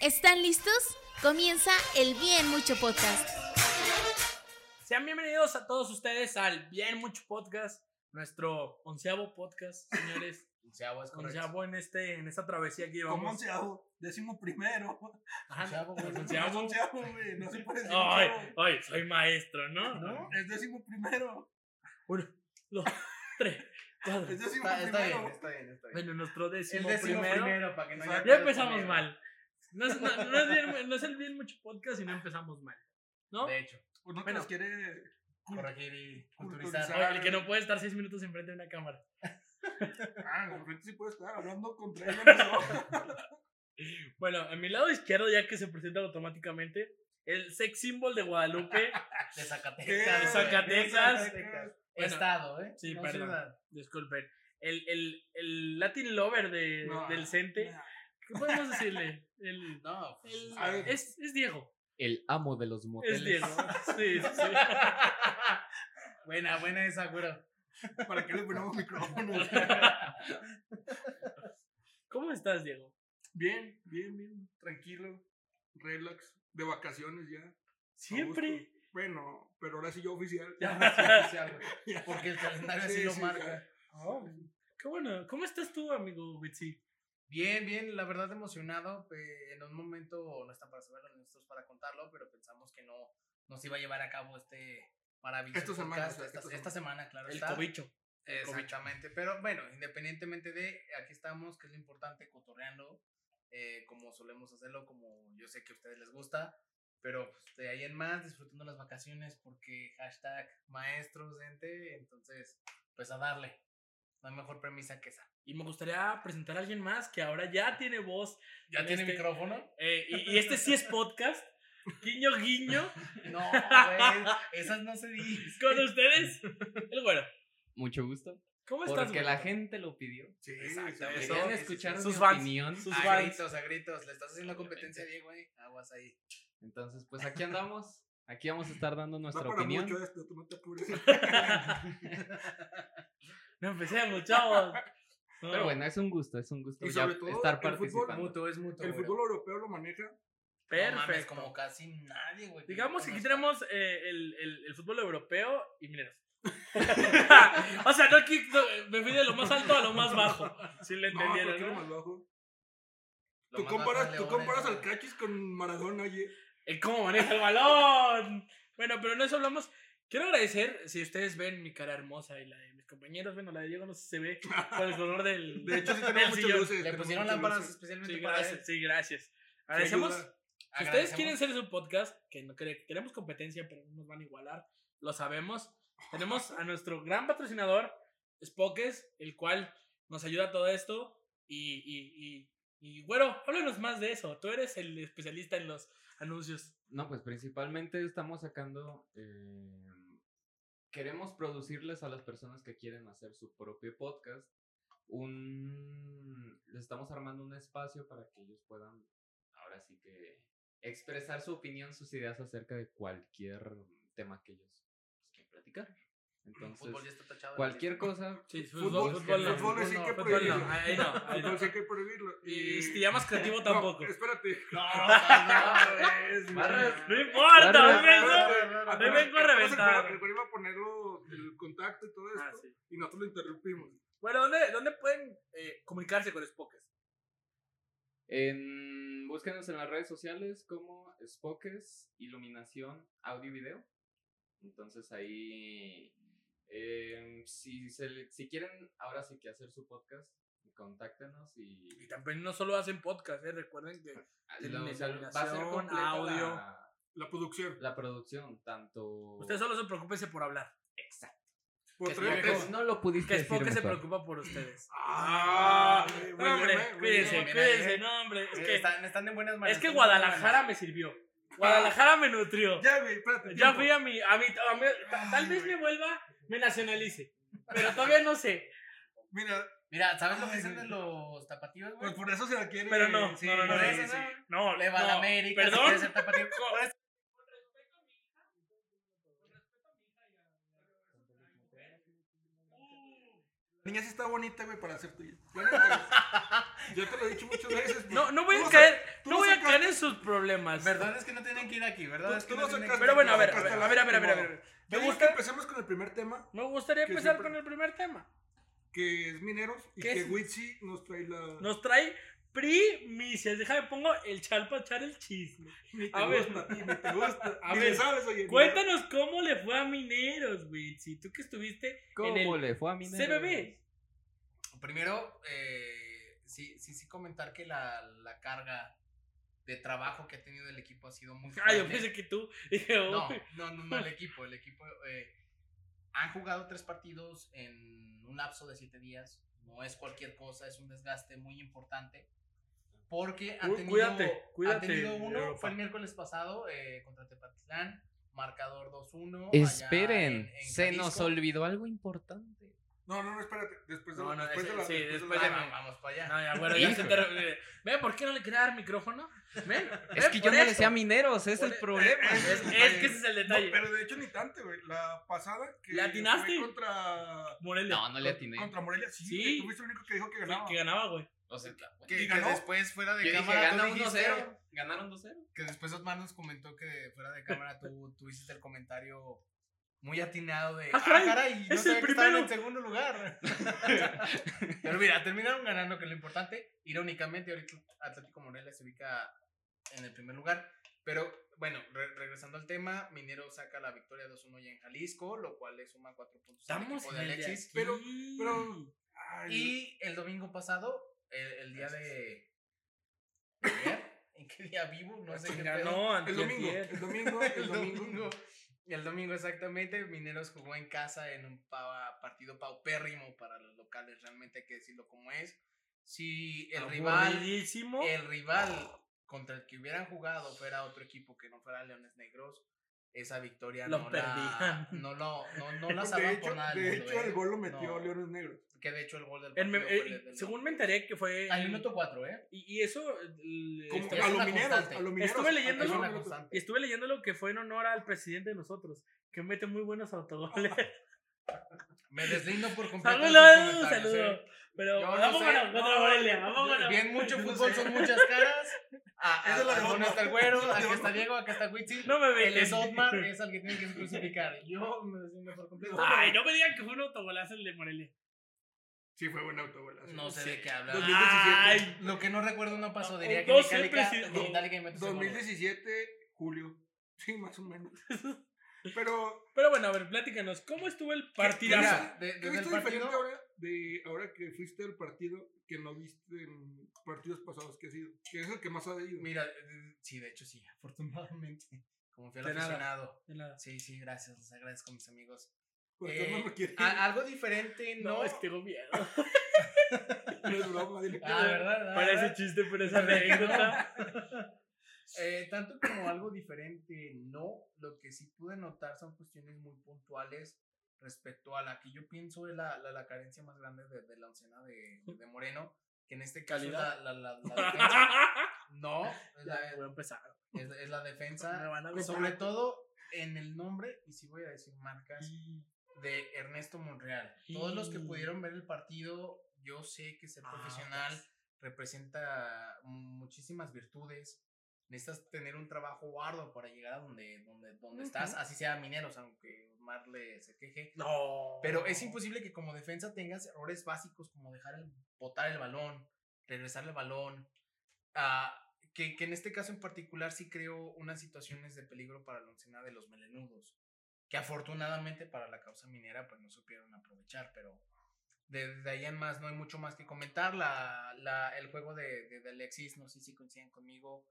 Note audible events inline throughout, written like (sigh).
¿Están listos? Comienza el Bien Mucho Podcast. Sean bienvenidos a todos ustedes al Bien Mucho Podcast, nuestro onceavo podcast, señores. Onceavo es correcto. Onceavo en, este, en esta travesía que ¿Cómo llevamos. onceavo? Decimos primero. Ajá, Onceavo, güey. onceavo. Onceavo, güey. No se puede decir Ay, onceavo. ay, soy maestro, ¿no? (laughs) No, es décimo primero. Uno, dos, tres, cuatro. Es décimo Está, está primero. bien, está bien, está bien. Bueno, nuestro el décimo, décimo primero, primero. para que no Ya haya Ya pedos empezamos primero. mal. No es, no- no es bien- no es el Bien Mucho Podcast y no empezamos mal. ¿No? De hecho, Uno que Bueno. nos quiere corregir y Culturizar. culturizar. Oye, el que no puede estar seis minutos enfrente de una cámara. Ah, de repente sí puede estar hablando contra él. (laughs) ¿no? Bueno, a mi lado izquierdo, ya que se presenta automáticamente, el sex symbol de Guadalupe, De Zacatecas. ¿Qué? de Zacatecas. Zacatecas. Bueno, Estado, ¿eh? sí, No perdón. ciudad. disculpen, el, el, el Latin lover de, No, ah, del Cente. ¿Qué podemos decirle? El, No, pues, el- A ver. es, es Diego. El amo de los Es Diego. moteles. Sí, sí, sí. (laughs) buena, buena esa, güero. ¿Para qué le ponemos micrófono? ¿Cómo estás, Diego? Bien, bien, bien. Tranquilo. Relax. De vacaciones ya. A Siempre. gusto. Bueno, pero ahora sí yo oficial. Ya no es oficial, güey. (laughs) Ya. (laughs) Porque el calendario así Sí, lo sí, marca. ya. Oh, Qué bueno. ¿Cómo estás tú, amigo Witsi? Bien, bien, la verdad emocionado. eh, en un momento no está para saberlo, no estamos para contarlo, pero pensamos que no nos iba a llevar a cabo este maravilloso Esta semana, podcast, o sea, esta, esta esta semana, claro. El está. cobicho. el cobicho. Exactamente, pero bueno, independientemente de, aquí estamos, que es lo importante, cotorreando, eh, como solemos hacerlo, como yo sé que a ustedes les gusta, pero pues, de ahí en más, disfrutando las vacaciones, porque hashtag maestros, gente, entonces, pues a darle, no hay mejor premisa que esa. Y me gustaría presentar a alguien más que ahora ya tiene voz. ¿Ya En tiene este- micrófono? Eh, y, y este sí es (laughs) podcast. Guiño, guiño. No, güey, esas no se dicen. Con ustedes, el güero. Mucho gusto. ¿Cómo estás, Porque la güero? gente lo pidió. Sí, Exacto, sí, eso. Querían escuchar Sus mi fans. opinión. Sus a fans. gritos, a gritos, le estás haciendo competencia a Diego, eh, aguas ahí. Entonces, pues aquí andamos. Aquí vamos a estar (laughs) dando No nuestra para opinión. mucho esto, tú no te apures. No empecemos, (laughs) chavos. No. Pero bueno, es un gusto, es un gusto Y ya sobre todo, estar el fútbol participando. Mutuo, es mutuo. El güero. fútbol europeo lo maneja. No mames, perfecto. como casi nadie, güey. que Digamos yo que aquí conozca. tenemos eh, el, el, el fútbol europeo y (laughs) mineros. (laughs) o sea, no aquí no, eh, me fui de lo más alto a lo más bajo. Si le No, ¿por entendieron, qué lo ¿no? más bajo? Lo Tú más bajo comparas, es tú Leones, comparas al güey. Cachis con Maradona, (laughs) oye. El Eh, cómo maneja el balón. Bueno, pero no eso hablamos. Quiero agradecer, si ustedes ven mi cara hermosa y la de mis compañeros, bueno, la de Diego no sé si se ve por el color del. De hecho, sí del tenemos muchas sillón. luces. Le tenemos pusieron muchas lámparas luces. especialmente Sí, para él. gracias. Sí, gracias. Agradecemos. ayuda. Si ustedes Agradecemos. quieren ser su podcast, que no cre- queremos competencia, pero no nos van a igualar, lo sabemos. Tenemos a nuestro gran patrocinador, Spokes, el cual nos ayuda a todo esto. Y, y, y, y bueno, háblanos más de eso. Tú eres el especialista en los anuncios. No, pues principalmente estamos sacando. eh, queremos producirles a las personas que quieren hacer su propio podcast. Un. Les estamos armando un espacio para que ellos puedan, ahora sí que, expresar su opinión, sus ideas acerca de cualquier tema que ellos pues, quieran platicar. El Mm, fútbol ya Entonces, está tachado. cualquier cosa. Sí, Fútbol, fútbol no. fútbol sí No, que fútbol Fútbol prohibirlo. no, ahí no, ahí no. Fútbol sí que prohibirlo. Y si te llamas creativo tampoco. No, (laughs) espérate. No, Barras. No importa, Barras, hombre, eso. barras. Ah, me vengo a apenas el reventar. güero- El güero iba a ponerlo, el contacto y todo esto. Ah, sí. Y nosotros lo interrumpimos. Bueno, ¿dónde, dónde pueden eh, comunicarse con Spokes? En, búsquenos en las redes sociales como Spokes, Iluminación, Audio y Video. Entonces ahí, em, si, se le- si quieren ahora sí que hacer su podcast, contáctenos Y y también no solo hacen podcast, eh, recuerden que lo- la o sea, iluminación, completa audio. La, La producción. la producción, tanto... ustedes solo se preocupense por hablar. Exacto. Por Que tres sí, Pues veces. no lo pudiste Que decir Spokes se mejor. preocupa por ustedes. Ah, No, güey, hombre, güey, güey. cuídense, güey. cuídense, no, hombre. Es que, están, están de buenas manos. es que están de buenas Guadalajara me sirvió. Guadalajara me nutrió. Ya, güey, espérate. Ya tiempo. fui a mi. A mi, a mi- ta- tal vez me vuelva, me nacionalice. Pero todavía no sé. Mira, manos. Mira, ¿sabes lo que Ay, dicen de güey. los tapatíos, güey? pues por eso se la quiere. Pero no, sí, no, no, no, Por sí, eso, sí. No, Le va a la no, América. si Perdón. quieres ser (laughs) tapatío. Por eso- La niña sí está bonita, güey, para hacer tuya. La neta, güey. Yo te lo he dicho muchas veces. güey. No, no voy Tú a lo caer. sa- tú No lo voy a caer sacaste en tienen sus problemas. Verdad es que no tienen que ir aquí, ¿verdad? Tú- es que tú no lo tienen sacaste- que- Pero bueno, a ver, a Sacaste ver, la- a ver, a ver, a ver. a ni ver. Me, Yo digo que gusta- empecemos con el primer tema, me gustaría que empezar siempre- con el primer tema. que es mineros, y ¿Qué que es? Witsi nos trae la... Nos trae primicias. Déjame pongo el chal para echar el chisme. ni te a ver. (laughs) gusta, ni te gusta, A ni ver, le sabes, oye. ni- Cuéntanos cómo le fue a Mineros, güey. Si tú que estuviste en ¿Cómo el le fue a mi CBB. Primero, eh, sí, sí, sí comentar que la, la carga de trabajo que ha tenido el equipo ha sido (laughs) muy Ah, yo grande. pensé que tú. Dije, No, uy. no, no, no, el equipo, el equipo. eh, han jugado tres partidos en un lapso de siete días. No es cualquier cosa, es un desgaste muy importante. Porque han Uy, tenido, cuídate, han cuídate, tenido uno, Europa. fue el miércoles pasado eh, contra Tepatitlán, marcador 2-1. allá Esperen, en- en se nos Jalisco. olvidó algo importante. (laughs) No, no, no, espérate. Después de, No, no, después ese- de la... sí, después después de la- de- Ah, (laughs) vamos para allá. No, ya, bueno, ya se Hijo. te- eh, Ve, ¿por qué no le quería dar micrófono? Ven, Es ven, que yo por no le eso. sé a mineros, es Por el e- (laughs) problema. eh, Es, es que ese es el No, detalle. pero de hecho ni tanto, güey. La pasada que ¿Le atinaste? fue contra... Morelia. No, no le atiné. Contra Morelia, sí. Sí. güey, Tú fuiste el único que dijo que que- ganaba. que ganaba, güey. O sea, Que, que ¿Y ganó? después fuera de yo dije, cámara gana tú dijiste- 1-0. Ganaron 2-0. Que después Osmar nos comentó que fuera de cámara tú, tú hiciste el comentario muy atinado de. Ah, caray, no es sabía el que estaban primero". en segundo lugar. (laughs) Pero mira, terminaron ganando, que es lo importante. Irónicamente, ahorita Atlético Morelia se ubica en el primer lugar. Pero bueno, re- regresando al tema, Minero saca la victoria 2-1 ya en Jalisco, lo cual le suma 4 puntos al Estamos equipo en de el de Alexis. aquí. pero- pero- Ay, Y el domingo pasado, el, el día de. ¿de ayer? (laughs) ¿En qué día vivo? No sé qué Chinga, pedo. (laughs) no, pues, el domingo, antier. el domingo, el domingo. El domingo, exactamente. Mineros jugó en casa en un pa- partido paupérrimo para los locales. Realmente hay que decirlo como es. Si el rival, Aburridísimo. el rival contra el que hubieran jugado fuera otro equipo que no fuera Leones Negros, esa victoria Lo no, la, perdían. no, lo- no, (laughs) no la de salvan hecho, por nada. del de mundo, hecho, ¿eh? el gol lo metió No, Leones Negros. Que de hecho el gol del En- me- partido fue eh, del- del- según me enteré que fue. Al minuto 4, ¿eh? Y, y eso. el- Como este, es a una los mineros, constante. a los mineros. Estuve leyendo a Es los lo- una mineros. constante. y estuve leyendo lo que fue en honor al presidente de nosotros, que mete muy buenos autogoles. (laughs) Me deslindo por completo. de sus Saludos, comentarios, ¿eh? saludos. Pero Yo no vamos sé, bueno, contra no, Morelia, yo- vamos bueno. Bien, mucho fútbol son muchas caras. (laughs) Ah, Esa es la de ¿Dónde Osmar. está el güero? Esa es la de Aquí está Osmar. Diego, acá está Huitzi. No me Él es vengan. Otmar, (laughs) es al que tienen que crucificar. Yo me deslindo por completo. Ay, no me digan que fue un autogolazo el de Morelia. Sí, fue buen autogolazo. No sé Sí. de qué habla. 2017. Lo que no recuerdo no pasó. No, Diría que no sé, Metallica, presidente. Metallica y Metallica. 2017, julio. Sí, más (laughs) o menos. Pero, Pero bueno, a ver, plátícanos, ¿cómo estuvo el partidazo? Mira, de- desde ¿qué el viste diferente partido- ahora, de, ahora que fuiste al partido que no viste en partidos pasados que has ido? Que es el que más ha ido. Mira, eh, sí, de hecho sí, (laughs) afortunadamente. Como fiel De nada. aficionado. De nada. Sí, sí, gracias. Les agradezco, mis amigos. Porque Eh, no lo quiere. a- algo diferente, No, ¿no? es que tengo miedo. No es broma, dile que- Ah, ¿verdad? Ah, Para ¿verdad? ese chiste, pero esa anécdota. Eh, tanto como algo diferente, no. Lo que sí pude notar son cuestiones muy puntuales respecto a la que yo pienso es la, la, la carencia más grande de, de la oncena de, de Moreno, que en este caso es la, ¿Calidad? la, la- la defensa. (laughs) No, es la, Ya, voy a empezar. es la- es la Me defensa. van a vetar. Sobre todo en el nombre, y sí voy a decir marcas, de Ernesto Monreal. Todos los que Sí. pudieron ver el partido, yo sé que ser Ah, profesional representa muchísimas virtudes. Necesitas tener un trabajo arduo para llegar a donde, donde, donde estás, así sea mineros, aunque Omar le se queje. No. Pero es imposible que como defensa tengas errores básicos como dejar el, botar el balón, regresar el balón. Ah, que, que en este caso en particular sí creo unas situaciones de peligro para la oncena de los melenudos. Que afortunadamente para la causa minera pues no supieron aprovechar, pero de, de ahí en más no hay mucho más que comentar. La, la- el juego de, de- de Alexis, no sé si coinciden conmigo,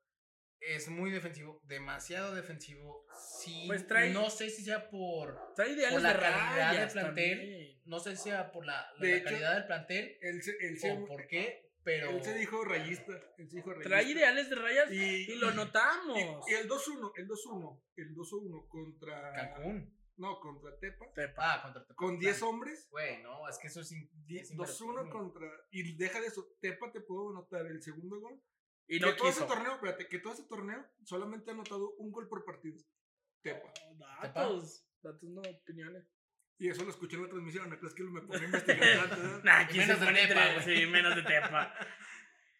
es muy defensivo, demasiado defensivo. Sí, Pues trae- no sé si sea por Trae ideales Por la de calidad del rayas plantel. también. no sé si sea por la, la- De la hecho, calidad del plantel Él se, él se- o por qué, pero él se dijo rayista. Él se dijo rayista. Trae ideales de rayas y, Y, lo y- notamos. y el 2-1, el 2-1, el 2-1 contra. Cancún. No, contra Tepa. Ah, contra Con 10 hombres. Güey, no, es que eso es, in- die- es 2-1 inverosímil. contra. Y deja de eso. Tepa te puedo anotar el segundo gol. Y, que no todo ese quiso. torneo, espérate, que todo ese torneo solamente ha anotado un gol por partido. Tepa. Datos. Datos no opiniones. Y eso lo escuché en (laughs) la transmisión. No crees que me pone a investigar tanto, ¿eh? Nah, menos de pone Tepa, entre- Sí, menos de Tepa.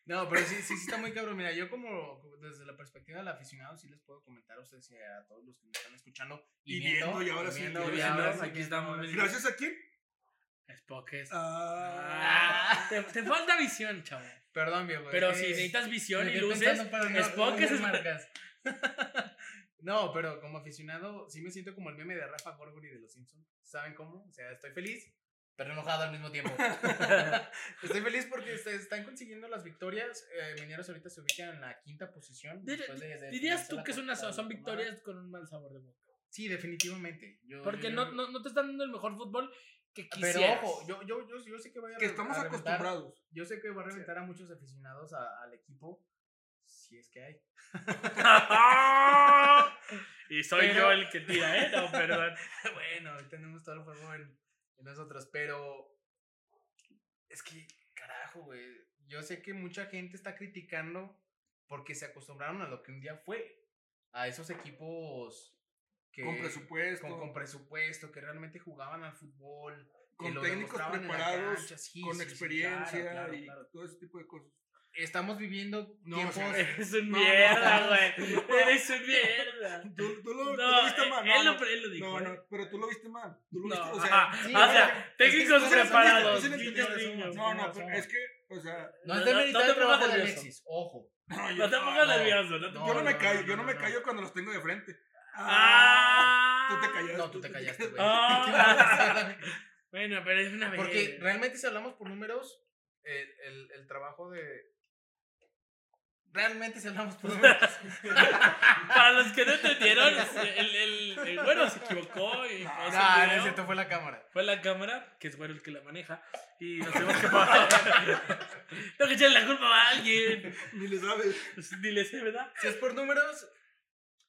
No, pero sí, sí, sí está muy cabrón. Mira, yo como como desde la perspectiva del aficionado sí les puedo comentar a ustedes y a todos los que me están escuchando Y viendo, y ahora sí, viendo, y y ahora ahora sí, sí, aquí viendo, estamos ahora sí. ¿Gracias a quién? Spokes. Ah. Ah, te, te falta visión, chavo. Perdón, viejo. Pero es si que necesitas visión Pues me y quedé luces, pensando para no Spock es poner marcas. (laughs) No, pero como aficionado sí me siento como el meme de Rafa Gorgori de los Simpsons. ¿Saben cómo? O sea, estoy feliz, pero enojado al mismo (laughs) tiempo. estoy feliz porque se están consiguiendo las victorias. Eh, Mineros ahorita se ubica en la quinta posición. Dir- después de- Dirías de finalizar tú la que es una, jornada. son victorias con un mal sabor de boca. Sí, definitivamente. Yo- Porque yo- no, yo- no, no te están dando el mejor fútbol que Pero quisieras. ojo, (laughs) yo, (laughs) yo, yo, yo sé que voy a Que re- estamos a reventar- acostumbrados. Yo sé que va a reventar a muchos aficionados a- al equipo, si es que hay. y soy Pero- yo el que tira, ¿eh? No, perdón. (laughs) bueno, tenemos todo el juego en, en nosotros, pero es que, carajo, güey. Yo sé que mucha gente está criticando porque se acostumbraron a lo que un día fue. A esos equipos que. Con presupuesto. Con, con presupuesto, que realmente jugaban al fútbol. que con lo técnicos demostraban en la preparados, cancha, sí, con sí, sí, experiencia claro, claro, y claro. todo ese tipo de (laughs) cosas. Estamos viviendo No, o tiempos. sea, Eres un No, mierda, no, güey. Eres un mierda. Tú, tú lo, tú lo No, viste eh, mal. él, no, lo, él lo dijo. no, ¿eh? no, pero tú lo viste mal. Tú lo No, viste, o sea, ajá. sí, (laughs) o sea, es que técnicos tú sí lo preparados. entendiste, tú sí lo guiño, entendiste, guiño. sí. no, no, razón. pero es que, o sea, no no, es no, no demeritar te el trabajo pongas de nervioso. Alexis, ojo. no, yo No te no, pongas no. nervioso. No te No, yo pongas- no me no, callo, no, yo no no, me no. callo cuando los tengo de frente. Ah. Tú te callaste. No, tú te callaste, güey. (laughs) Ah. Bueno, pero es una Porque belleza. realmente si hablamos por números, el, el, el trabajo de... Realmente si hablamos por números. (laughs) (laughs) Para los que no entendieron, el, el, el güero se equivocó y no, por eso no, el es video cierto, fue la cámara. fue la cámara, que es güero el que la maneja, y nos tenemos que pagar. (laughs) no que echarle la culpa a alguien. (laughs) Ni le sabes. Pues, Dile sé, ¿verdad? Si es por números,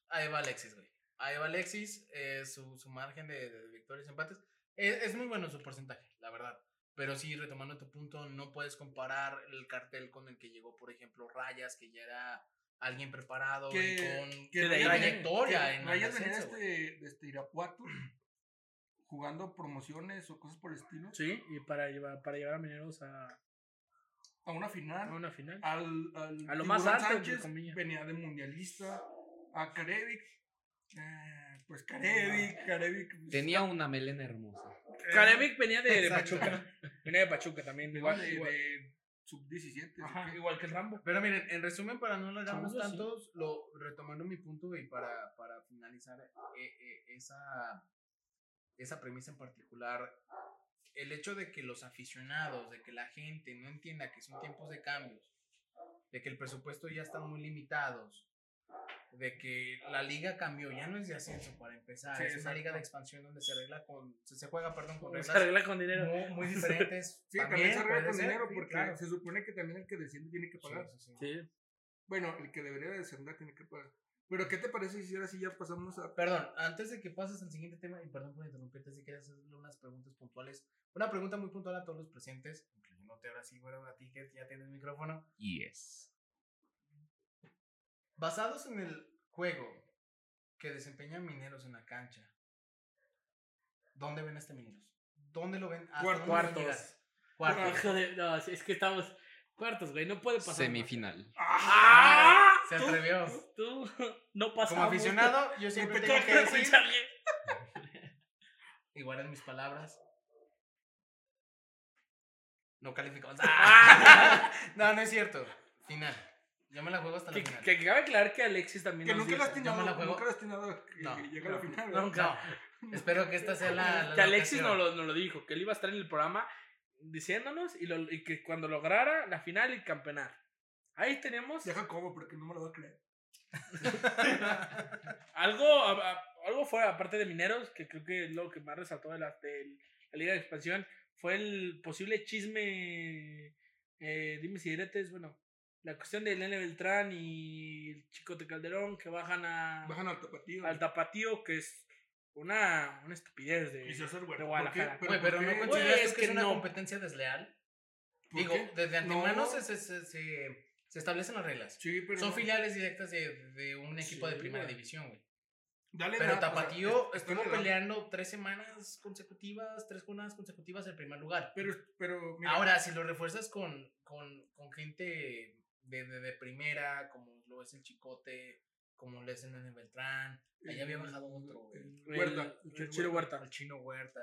ahí va Alexis, güey. Ahí va Alexis, eh, su, su margen de, de victorias y empates. E, Es, es muy bueno su porcentaje, la verdad. Pero sí, retomando tu punto, no puedes comparar el cartel con el que llegó, por ejemplo, Rayas, que ya era alguien preparado Que- y con Que de ahí viene- Rayas trayectoria que en el Rayas venía ascenso, güey. desde, desde este Irapuato (clears throat) jugando promociones o cosas por el estilo Sí, y para llevar, para llevar a Mineros a, a una final. a una final. Al, al A lo más Tiburón alto, entre Sánchez, comillas. venía de mundialista. A Karevic. eh, pues Ah. Karevic, Karevic. pues, Tenía una melena hermosa. eh, Karevic venía de, de Exacto. Pachuca. Ah, (laughs) Venía de Pachuca también. Igual Igual, de, igual. de sub 17. Ajá, igual que el Rambo. Pero miren, en resumen, para no alargarnos Chavo, sí. tantos, lo, retomando mi punto y para, para finalizar eh, eh, esa, esa premisa en particular, el hecho de que los aficionados, de que la gente no entienda que son tiempos de cambios, de que el presupuesto ya está muy limitados, de que la liga cambió, ya no es de ascenso para empezar, Sí, es una exacto. liga de expansión donde se arregla con, se, se juega, perdón, con Se reglas arregla con dinero. muy, muy diferentes. (laughs) Sí, también, se arregla puede con ser, dinero sí, porque claro. se supone que también el que desciende tiene que pagar. Sí, sí, sí. Sí. Bueno, el que debería descender tiene que pagar. Pero ¿qué te parece si ahora sí ya pasamos a... Perdón, antes de que pases al siguiente tema, y perdón por interrumpirte, si quieres hacerle unas preguntas puntuales. Una pregunta muy puntual a todos los presentes, incluyéndote ahora sí, bueno, a ti que ya tienes micrófono. Yes. Basados en el juego que desempeñan mineros en la cancha, ¿dónde ven a este mineros? ¿Dónde lo ven? ¿Hasta Cuartos. dónde van a llegar? Ah, Cuartos. hijo de- no, sí, es que estamos cuartos, güey. No puede pasar. Semifinal. ¡Ah! Se Tú- atrevió. Tú no pasamos. (laughs) Como aficionado, yo Me siempre tengo tengo que (laughs) que decir, escucharle. igual en mis palabras. No (laughs) calificamos. (laughs) Ah. No, no es cierto. Final. Yo me la juego hasta la Que, final. que cabe aclarar que Alexis también. Que nos nunca dijo- lo has tirado, me la juego. nunca lo has tirado que No, que llegue a la no, final. no, ¿verdad? No. Espero que esta (laughs) sea la. la- que la Alexis nos ocasión. lo, nos lo dijo, que él iba a estar en el programa diciéndonos y, lo- y que cuando lograra la final y campeonar. Ahí tenemos Deja como porque no me lo va a creer. algo, a- a- algo fuera, aparte de Mineros, que creo que es lo que más resaltó de la, de la Liga de Expansión, fue el posible chisme, eh, dime si diretes, bueno, la cuestión de Elena Beltrán y el chico de Calderón que bajan Ah. a... Bajan al tapatío. al tapatío, que es una, una estupidez de. Y se hace el de güero. ¿Por qué? Guadalajara. (laughs) Güey, ¿por pero qué? no Güey, consideras es tú que, que es una no. competencia desleal. ¿por Digo, qué? desde antemano No. se, se, se, se- se establecen las reglas. Sí, pero Son no. filiales directas de, de un equipo Sí, de primera güey. división, güey. Dale Pero edad, o sea, Tapatío es- estuvo dale edad. peleando tres semanas consecutivas, tres jornadas consecutivas el primer lugar. Pero, pero mira, Ahora, si lo refuerzas con, con, con gente de, de, de primera, como lo es el Chicote, como lo es el Nene Beltrán. Allá había bajado otro, güey. el Huerta. El Chino Huerta. El Chino Huerta.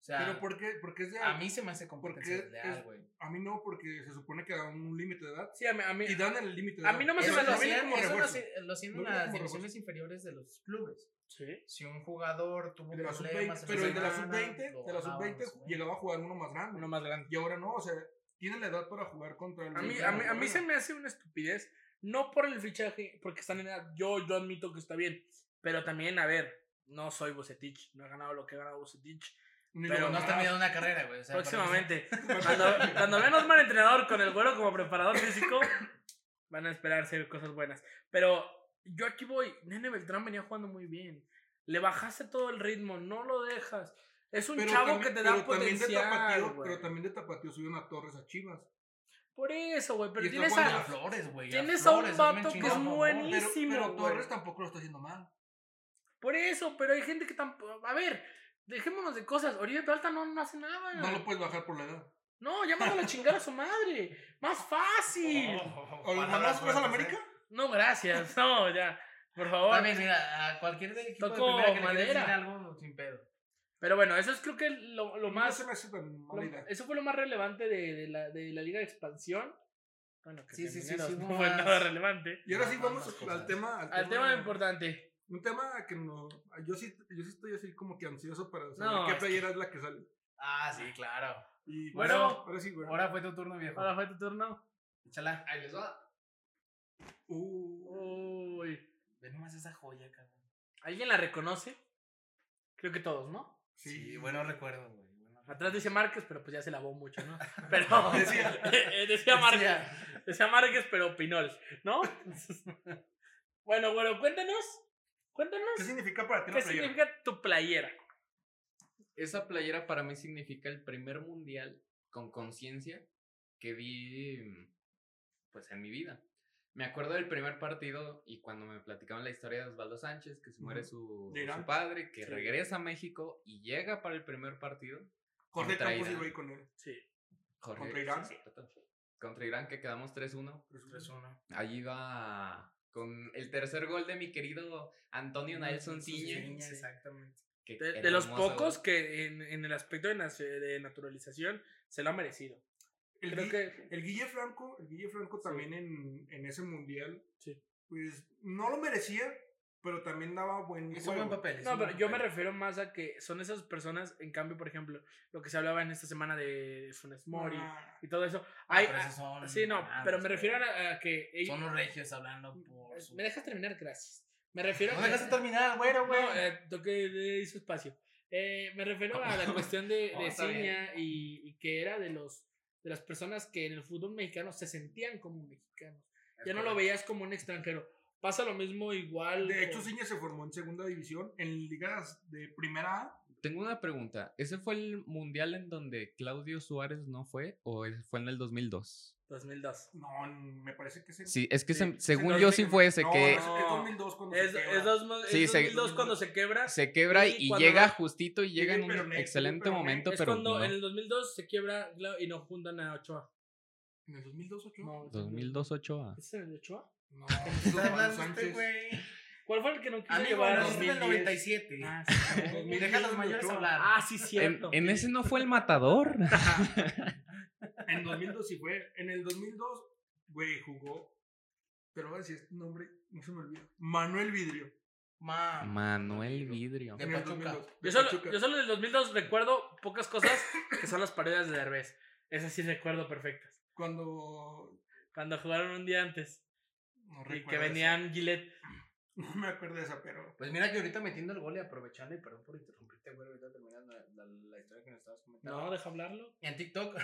O sea, Pero ¿por qué? Porque es de... a mí se me hace competencia Porque desleal, es- güey. A mí no, porque se supone que da un límite de edad. Sí, a mí, a mí- Y dan el límite de A edad. mí no me Eso Eso se me lo es hace también hacían, como eso lo refuerzo. hacían- lo hacían Lo en veo las como divisiones inferiores de los clubes. Sí. Si un jugador tuvo El de la problemas sub-20, en pero el de la semana, sub-20, lo bajaban, de la lo sub-20 subían. llegaba a jugar uno más grande. Uno más grande. Y ahora no, o sea, tiene la edad para jugar contra el. A mí, Benfica, a mí, a mí bueno. se me hace una estupidez. No por el fichaje, porque están en edad. Yo, yo admito que está bien. Pero también, a ver, no soy Bucetich. No he ganado lo que he ganado Bucetich. Ni pero Pero lo no ganaba. has terminado una carrera, güey. o sea, para Próximamente. (laughs) Cuando, cuando menos mal entrenador con el güero como preparador físico, van a esperarse cosas buenas. Pero yo aquí voy. Nene Beltrán venía jugando muy bien. Le bajaste todo el ritmo, no lo dejas. Es un Pero chavo también- que te da pero también de potencial. tapatío- güey. pero también de Tapatío subió a Torres a Chivas. Por eso, güey. Y Pero está tienes jugando mí. a, la A Flores, güey. Tienes a un Flores, hazme el vato que chingado es favor. buenísimo. Pero, pero güey. Torres tampoco lo está haciendo mal. Por eso, pero hay gente que tampoco. A ver, dejémonos de cosas. Oribe Peralta no, no hace nada. No lo puedes bajar por la edad. No, ya mándalo a chingar a su madre. Más fácil. ¿O lo Palabras mandas otra vez a la fuertes, América? No, gracias. No, ya. Por favor. También, mira, a cualquier del equipo Toco de primera que le quieras madera. decir algo, sin pedo. Pero bueno, eso es creo que lo, lo No más. se me hace tan lo- mala idea. eso fue lo más relevante de, de la, de la Liga de Expansión. Bueno, que Sí, sí, sí, Mineros sí, no hubo fue más. nada relevante. Y ahora sí No, vamos más cosas. al tema. Al tema importante. Un tema que no. Yo sí, yo sí estoy así como que ansioso para saber No, qué es que- playera es la que sale. Ah, sí, claro. Y Bueno. ahora sí, güey. Ahora fue tu turno, viejo. Ahora fue tu turno. Échala. Ahí les va. Uh, Uy. Ve nomás esa joya, cabrón. ¿Alguien la reconoce? Creo que todos, ¿no? sí, Sí, buenos recuerdos, güey. buenos Atrás dice Márquez, pero pues ya se lavó mucho, ¿no? Pero (laughs) decía, decía recuerdos. Márquez, decía Márquez, pero Pinol, ¿no? bueno, bueno, cuéntanos, ¿Qué cuéntanos significa para ti qué, la playera? significa tu playera. Esa playera para mí significa el primer mundial con conciencia que vi mm, pues en mi vida. Me acuerdo del primer partido y cuando me platicaban la historia de Osvaldo Sánchez, que se muere Ujú. su, De Irán. su padre, que Sí. regresa a México y llega para el primer partido. Jorge Contra Campos y Irán. voy con él. Sí. Jorge- ¿Contra Irán? sí, sí, Contra Irán, que quedamos 3-1. Allí va con el tercer gol de mi querido Antonio Nelson Ciña. Ciña, sí. exactamente. que De, era de los hermoso, pocos güey. que en, en el aspecto de, nace- de naturalización se lo ha merecido. El, Creo Gui- que el Guille Franco, el Guille Franco también en, en ese mundial, Sí. pues no lo merecía, pero también daba buen Es un juego. buen papel. es No, un pero buen yo me papel. refiero más a que son esas personas, en cambio, por ejemplo, lo que se hablaba en esta semana de Funes Mori Ah, y todo eso. Ah, Hay- pero ah, esos son sí, no, ganados, pero me güey. refiero a, a que... Eh, Son los regios hablando por su... ¿Me dejas terminar? Gracias. Me refiero No a que... dejaste terminar, güero, güey. (laughs) No, eh, toqué de su espacio. Eh, me refiero a la cuestión de, No, de está bien. Ciña y, y que era de los de las personas que en el fútbol mexicano se sentían como mexicanos. Ya no lo veías como un extranjero. Pasa lo mismo igual. de hecho, con- Ciña se formó en segunda división, en ligas de primera A. Tengo una pregunta. ¿Ese fue el mundial en donde Claudio Suárez no fue o es- fue en el 2002? 2002. No, en- me parece que es en- Sí, es que Sí, se- sí, según no, yo es sí que- fue ese no, que no, es 2002 cuando se Es, quebra. es, dos- Sí, es se- 2002 cuando se quebra. se quiebra y y, cuando llega no- justito y llega Sí, en un pero no es- excelente pero no es- momento, Es pero cuando no. en el 2002 se quiebra Gla- y no juntan a Ochoa. ¿En el 2002 ocho? No, es en el- 2002 8A. ¿Es en el Ochoa? No, ¿Estás hablando Sánchez. usted, güey? ¿Cuál fue el que no quiso Amigo, llevar? no, es del 2010. 97. Ah, (laughs) sí, no. Deja a los mayores Ochoa. hablar. Ah, sí, En, cierto. en ese no fue el matador. (laughs) En 2002 sí fue. En el 2002, güey, jugó. Pero voy a decir este nombre, no se me olvida. Manuel Vidrio. Ma. Manuel Vidrio. De En el Pachuca. 2002, de Yo solo, Pachuca. yo solo del 2002 recuerdo pocas cosas que son las parodias de Derbez. Esas sí recuerdo perfectas. Cuando. Cuando jugaron un día antes No y recuerdo. que esa- (laughs) venían Gillette. No me acuerdo de esa, pero. Pues mira que ahorita metiendo el gol y aprovechando, y perdón por interrumpirte, güey, ahorita terminando la, la- la historia que nos estabas comentando. No, deja hablarlo. En TikTok.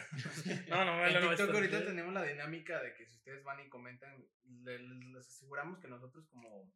No, no, no, en no, no, TikTok esto- ahorita tenemos la dinámica de que si ustedes van y comentan, le- les aseguramos que nosotros como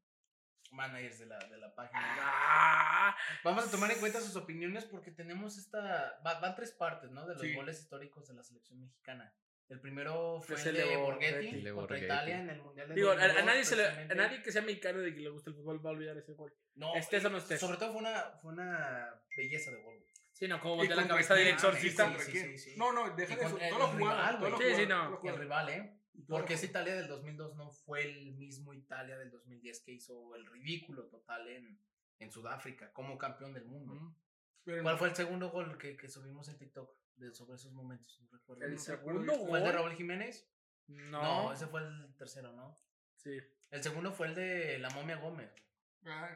managers de la, de la página Ah, vamos a tomar en cuenta sus opiniones porque tenemos esta, va- van tres partes, ¿no? De los Sí. goles históricos de la selección mexicana. El primero fue Es el el de de Borghetti. Borghetti El de contra Borghetti. Italia en el Mundial de digo, a, a 2002, nadie se le- a precisamente. nadie este que sea mexicano de que le gusta el fútbol va a olvidar ese gol. No, estés o no eh, estés. Sobre todo fue una, fue una belleza de gol. güey. Sí, no, como Y voltea la contra cabeza del quién, exorcista. ¿Contra Sí, sí, sí, quién? sí. No, no, deja Y de eso. contra Todo lo el jugaba. rival, todo lo güey. Sí, sí, jugaba, no. todo lo El jugaba. rival, ¿eh? Porque esa Italia del 2002 no fue el mismo Italia del 2010 que hizo el ridículo total en, en Sudáfrica como campeón del mundo. Mm. Pero ¿Cuál fue el segundo gol que, que subimos en TikTok de, sobre esos momentos? No recuerdo. El no se acuerda segundo bien. ¿Fue el de gol. Raúl Jiménez? No. No. ese fue el tercero, ¿no? Sí. El segundo fue el de la momia Gómez, Ah,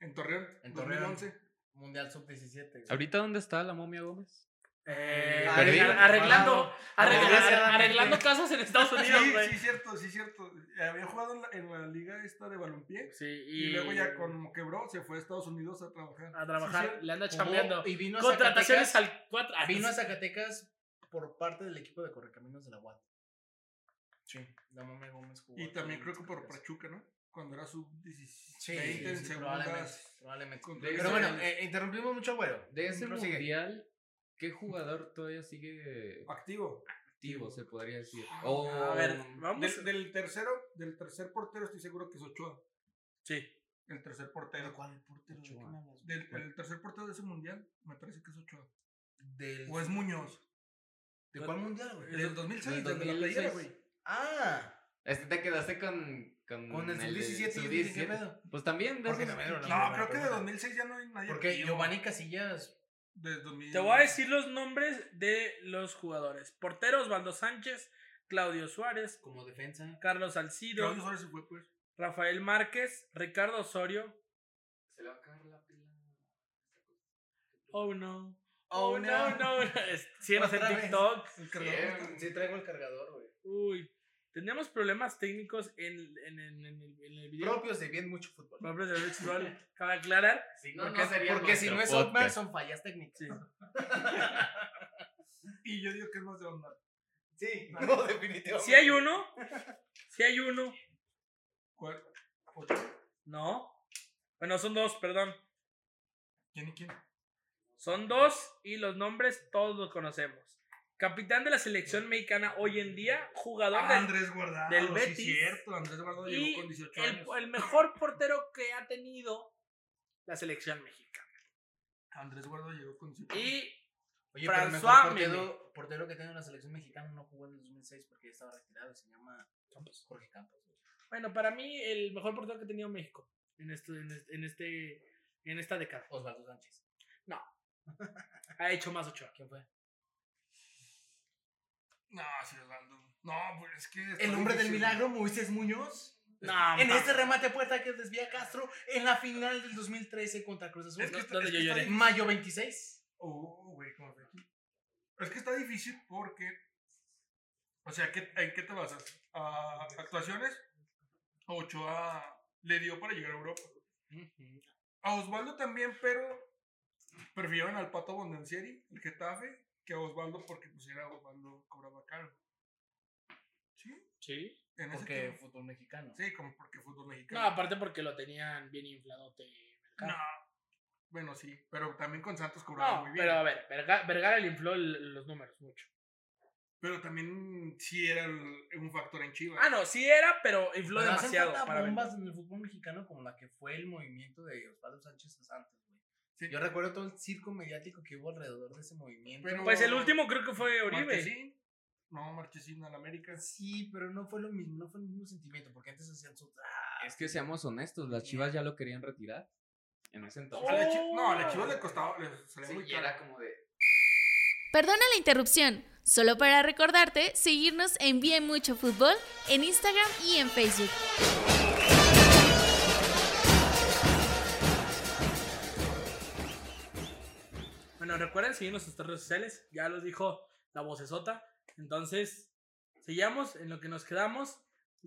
en Torreón. En En Torreón. Torreón. Mundial Sub-17. güey. ¿Ahorita dónde está la momia Gómez? Eh, Perdí. arregla- arreglando, Wow. arreglando, Desgraciadamente. arreglando casos en Estados Unidos, Sí, güey. sí, cierto, sí, cierto. Había jugado en la, en la liga esta de balompié. Sí, Y, luego ya como quebró, se fue a Estados Unidos a trabajar. a trabajar, Sí, le anda Jugó chambeando. Y vino a Contrataciones Zacatecas, al Ah, 4. Vino a Zacatecas por parte del equipo de Correcaminos de la UAT. sí. La momia Gómez jugó. Y aquí también en creo que por Zacatecas. Pachuca, ¿no? Cuando era sub 17 Sí, en sí, probablemente. segundas. probablemente. con- Pero bueno, eh, interrumpimos mucho, güero. De ese Prosigue. mundial, ¿qué jugador todavía sigue Activo. activo, se podría decir? Ah, O, A ver, vamos. Del, del tercero, del tercer portero estoy seguro que es Ochoa. Sí. El tercer ¿Pero portero. cuál portero? ¿De qué me hablas? Del, el tercer portero de ese mundial, me parece que es Ochoa. Del- O es Muñoz. ¿De cuál mundial, güey? Del 2006, del Del de la playera, 2006. güey. Ah, Este te quedaste con, con, con Mm, el de sub-17. yo dije, ¿Qué sub-17. pedo? Pues también, de Porque esos- también era la No, misma creo que de pregunta. 2006 ya no hay nadie. Porque activo. Giovanni Casillas. Desde 2000. Te voy a decir los nombres de los jugadores. Portero Osvaldo Sánchez, Claudio Suárez, Como defensa. Carlos Salcido, Claudio Suárez se fue, pues. Rafael Márquez, Ricardo Osorio. Se le va a caer la pila. Oh no. Oh, no, (laughs) no. (laughs) Es- Síguenos en Otra vez. TikTok. El cargador. Cien. Sí, traigo el cargador, güey. Uy. Tenemos problemas técnicos en, en- en- en el, en el video. Propios de bien mucho fútbol. Propios de Rich Roll. Cabe aclarar. Sí, no, porque no sería porque si nuestro no es podcast. Otmar, son fallas técnicas. Sí. Y yo digo que es más de onda. Sí, (laughs) no, definitivamente. Si hay (laughs) uno. Si hay uno. ¿Cuál? Ocho. No. Bueno, son dos, perdón. ¿Quién y quién? Son dos y los nombres todos los conocemos. Capitán de la selección mexicana hoy en día, jugador Ah, del- Andrés Guardado. del Del Betis. Sí, cierto. Andrés Guardado Y llegó con 18 el, años. el mejor portero que ha tenido la selección mexicana. Andrés Guardado llegó con 18 años. Y Oye, pero el François mejor portero, portero que tiene la selección mexicana no jugó en el 2006 porque ya estaba retirado. Se llama Jorge Campos. güey. bueno, para mí el mejor portero que ha tenido México en este, en este, en este- en esta década. Osvaldo Sánchez. Ha hecho más ocho. ¿Quién fue? No, sí, Osvaldo. No, pues es que. está El hombre del difícil. milagro, Moisés Muñoz. No, En ma- este remate a puerta que desvía Castro en la final del 2013 contra Cruz Azul. Es que No, está- donde es yo que está lloré. difícil. Mayo 26. Oh, güey, como de aquí. Es que está difícil porque. O sea, ¿qué- ¿en qué te basas? ¿A actuaciones? A Ochoa le dio para llegar a Europa. Ujú. A Osvaldo también, pero prefirieron al Pato Bondancieri, el Getafe, que a Osvaldo porque pues era Osvaldo cobraba caro. ¿Sí? Sí. En ese Porque tiempo. fútbol mexicano. Sí, como porque fútbol No, mexicano. aparte porque lo tenían bien infladote. No. Bueno, sí, pero también con Santos cobraba No, muy bien. pero a Pero, ver, Verga- Vergara le infló el- los números mucho. también sí era el- un factor en Chivas. Ah, no, sí era, pero infló Pero hacen demasiado. falta Para bombas verlo. en el fútbol mexicano como la que fue el movimiento de Osvaldo Sánchez a Santos, güey. Sí. Yo recuerdo todo el circo mediático que hubo alrededor de ese movimiento. Pero- Pues el último creo que fue Oribe. Marchesín. No, Marchesín al América. sí, pero no fue lo mismo, no fue el mismo sentimiento, porque antes hacían su ah, Es que seamos honestos, las chivas ya lo querían retirar. En ese entonces. A la Chi- no, a la Chivas le Oh. costaba, le salía Sí, muy y era caro. como de. Perdona la interrupción. Solo para recordarte, seguirnos en Bien Mucho Fútbol en Instagram y en Facebook. Bueno, recuerden seguirnos en nuestras redes sociales. Ya los dijo la vocesota. Entonces, sigamos en lo que nos quedamos.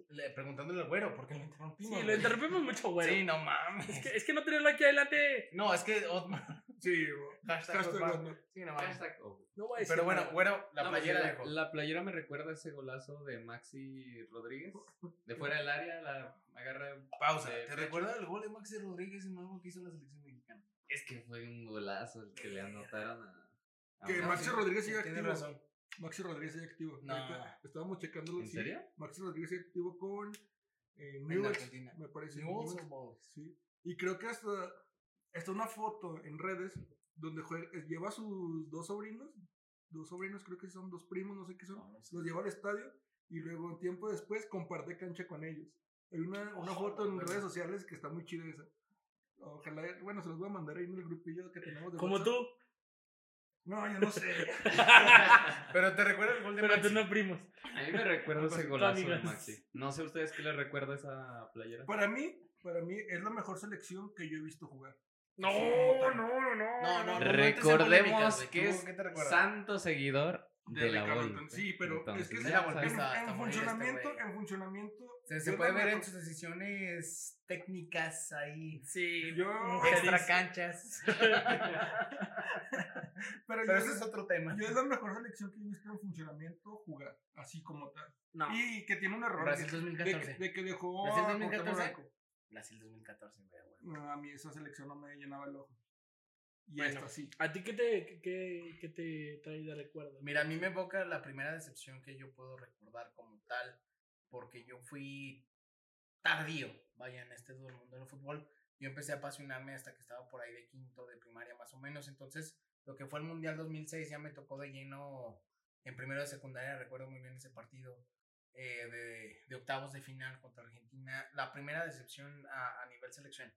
le- preguntándole al güero, porque lo Sí, interrumpimos. lo güey? interrumpimos mucho, güey. Sí, no mames. Es, que, es que no tenerlo aquí adelante. No, es que Otmar. (laughs) Sí, güey. Hashtag Hashtag Otmar. Otmar. Sí, no mames. Hashtag, oh. No voy a decir. Pero bueno, nada. güero, la No, pues, playera la- dejó. la playera me recuerda a ese golazo de Maxi Rodríguez. De fuera del área, la agarra. Pausa. de ¿Te pecho. recuerda el gol de Maxi Rodríguez en algo que hizo la selección mexicana? Es que fue un golazo el que le anotaron a. a Que Maxi. Maxi Rodríguez sigue Tienes activo. razón. Maxi Rodríguez sigue activo. No. Ahorita Estábamos checándolo. ¿En sí. serio? Maxi Rodríguez sigue activo con eh, Newell's, Argentina. me parece. Newell's Newell's, (laughs) o Boys. Sí. Y creo que hasta, hasta una foto en redes donde juega- lleva a sus dos sobrinos. Dos sobrinos, creo que son dos primos, no sé qué son. Ah, No, no sé. Los lleva al estadio y luego un tiempo después comparte cancha con ellos. Hay una, una Oh, foto en bueno. redes sociales que está muy chida esa. Ojalá, bueno, se los voy a mandar ahí en el grupillo que tenemos de Como WhatsApp. tú. No, yo no sé. Pero te recuerdas el gol de Pero tú Maxi? no primos. A mí me recuerda ese Con golazo de amigas. Maxi. No sé ustedes qué les recuerda esa playera. Para mí, para mí es la mejor selección que yo he visto jugar. No, no, no, No, no, no, no. entres en polémicas, Recordemos güey. que ¿Tú es qué te recuerdas? santo seguidor De de, la Ricardo Volpe. Anton- sí, pero es que es ya la sabes. En, Volpe. Está- en está muy bien este funcionamiento, güey. en funcionamiento. Se, yo se la puede ver recu- en sus decisiones técnicas ahí. Sí, Yo- Extra feliz. canchas. Pero, Pero yo, ese es otro tema. (laughs) yo es la mejor selección que he visto en funcionamiento jugar, así como tal. No. Y que tiene un error. Brasil de- de, 2014. que- de que dejó Brasil a 2014. Cuauhtémoc Blanco. Brasil 2014, güey, güey. No, a mí esa selección no me llenaba el ojo. Y Bueno. esta sí. ¿A ti qué te, qué- qué, qué te trae de recuerdo? Mira, a mí me evoca la primera decepción que yo puedo recordar como tal, porque yo fui tardío, vaya, en este duro mundo del fútbol. Yo empecé a apasionarme hasta que estaba por ahí de quinto de primaria más o menos, entonces lo que fue el Mundial 2006 ya me tocó de lleno en primero de secundaria, recuerdo muy bien ese partido eh, de, de octavos de final contra Argentina, la primera decepción a, a nivel selección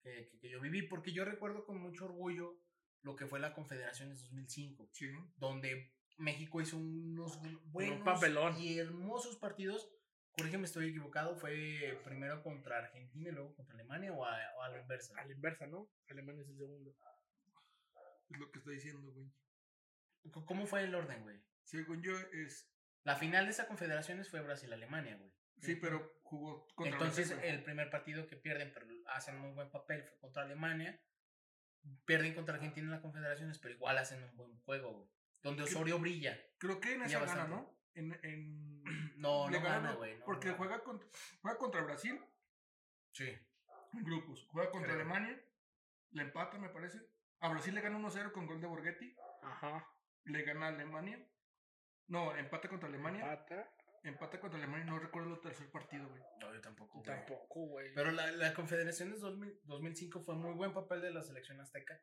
que, que- que yo viví, porque yo recuerdo con mucho orgullo lo que fue la Confederaciones 2005 Sí. donde México hizo Ah, unos bu- buenos papelón. y hermosos partidos. Corrígeme, estoy equivocado. Fue primero contra Argentina y luego contra Alemania o a, o a la inversa. A la inversa, ¿no? Alemania es el segundo. Es lo que está diciendo, güey. C- ¿Cómo fue el orden, güey? Según yo, es. La final de esa confederaciones fue Brasil-Alemania, güey. Sí, pero jugó contra Entonces, Brasil, güey. el primer partido que pierden, pero hacen un buen papel, fue contra Alemania. Pierden contra Argentina en la confederaciones, pero igual hacen un buen juego, güey. Donde ¿Qué- Osorio brilla. Creo que en ya esa gana, bastante. ¿no? En. en... (clears throat) No, le no gana, gana, güey. no, porque no. Juega, contra, juega contra Brasil Sí. en grupos. Juega contra Creo. Alemania. Le empata, me parece. A Brasil le gana 1-0 con gol de Borghetti. Ajá. Le gana a Alemania. No, empata contra Alemania. Empata, Pata. contra Alemania. No recuerdo el tercer partido, güey. No, yo tampoco. güey. Tampoco, güey. Pero la, la Confederación de 2000 2005 fue muy buen papel de la selección azteca.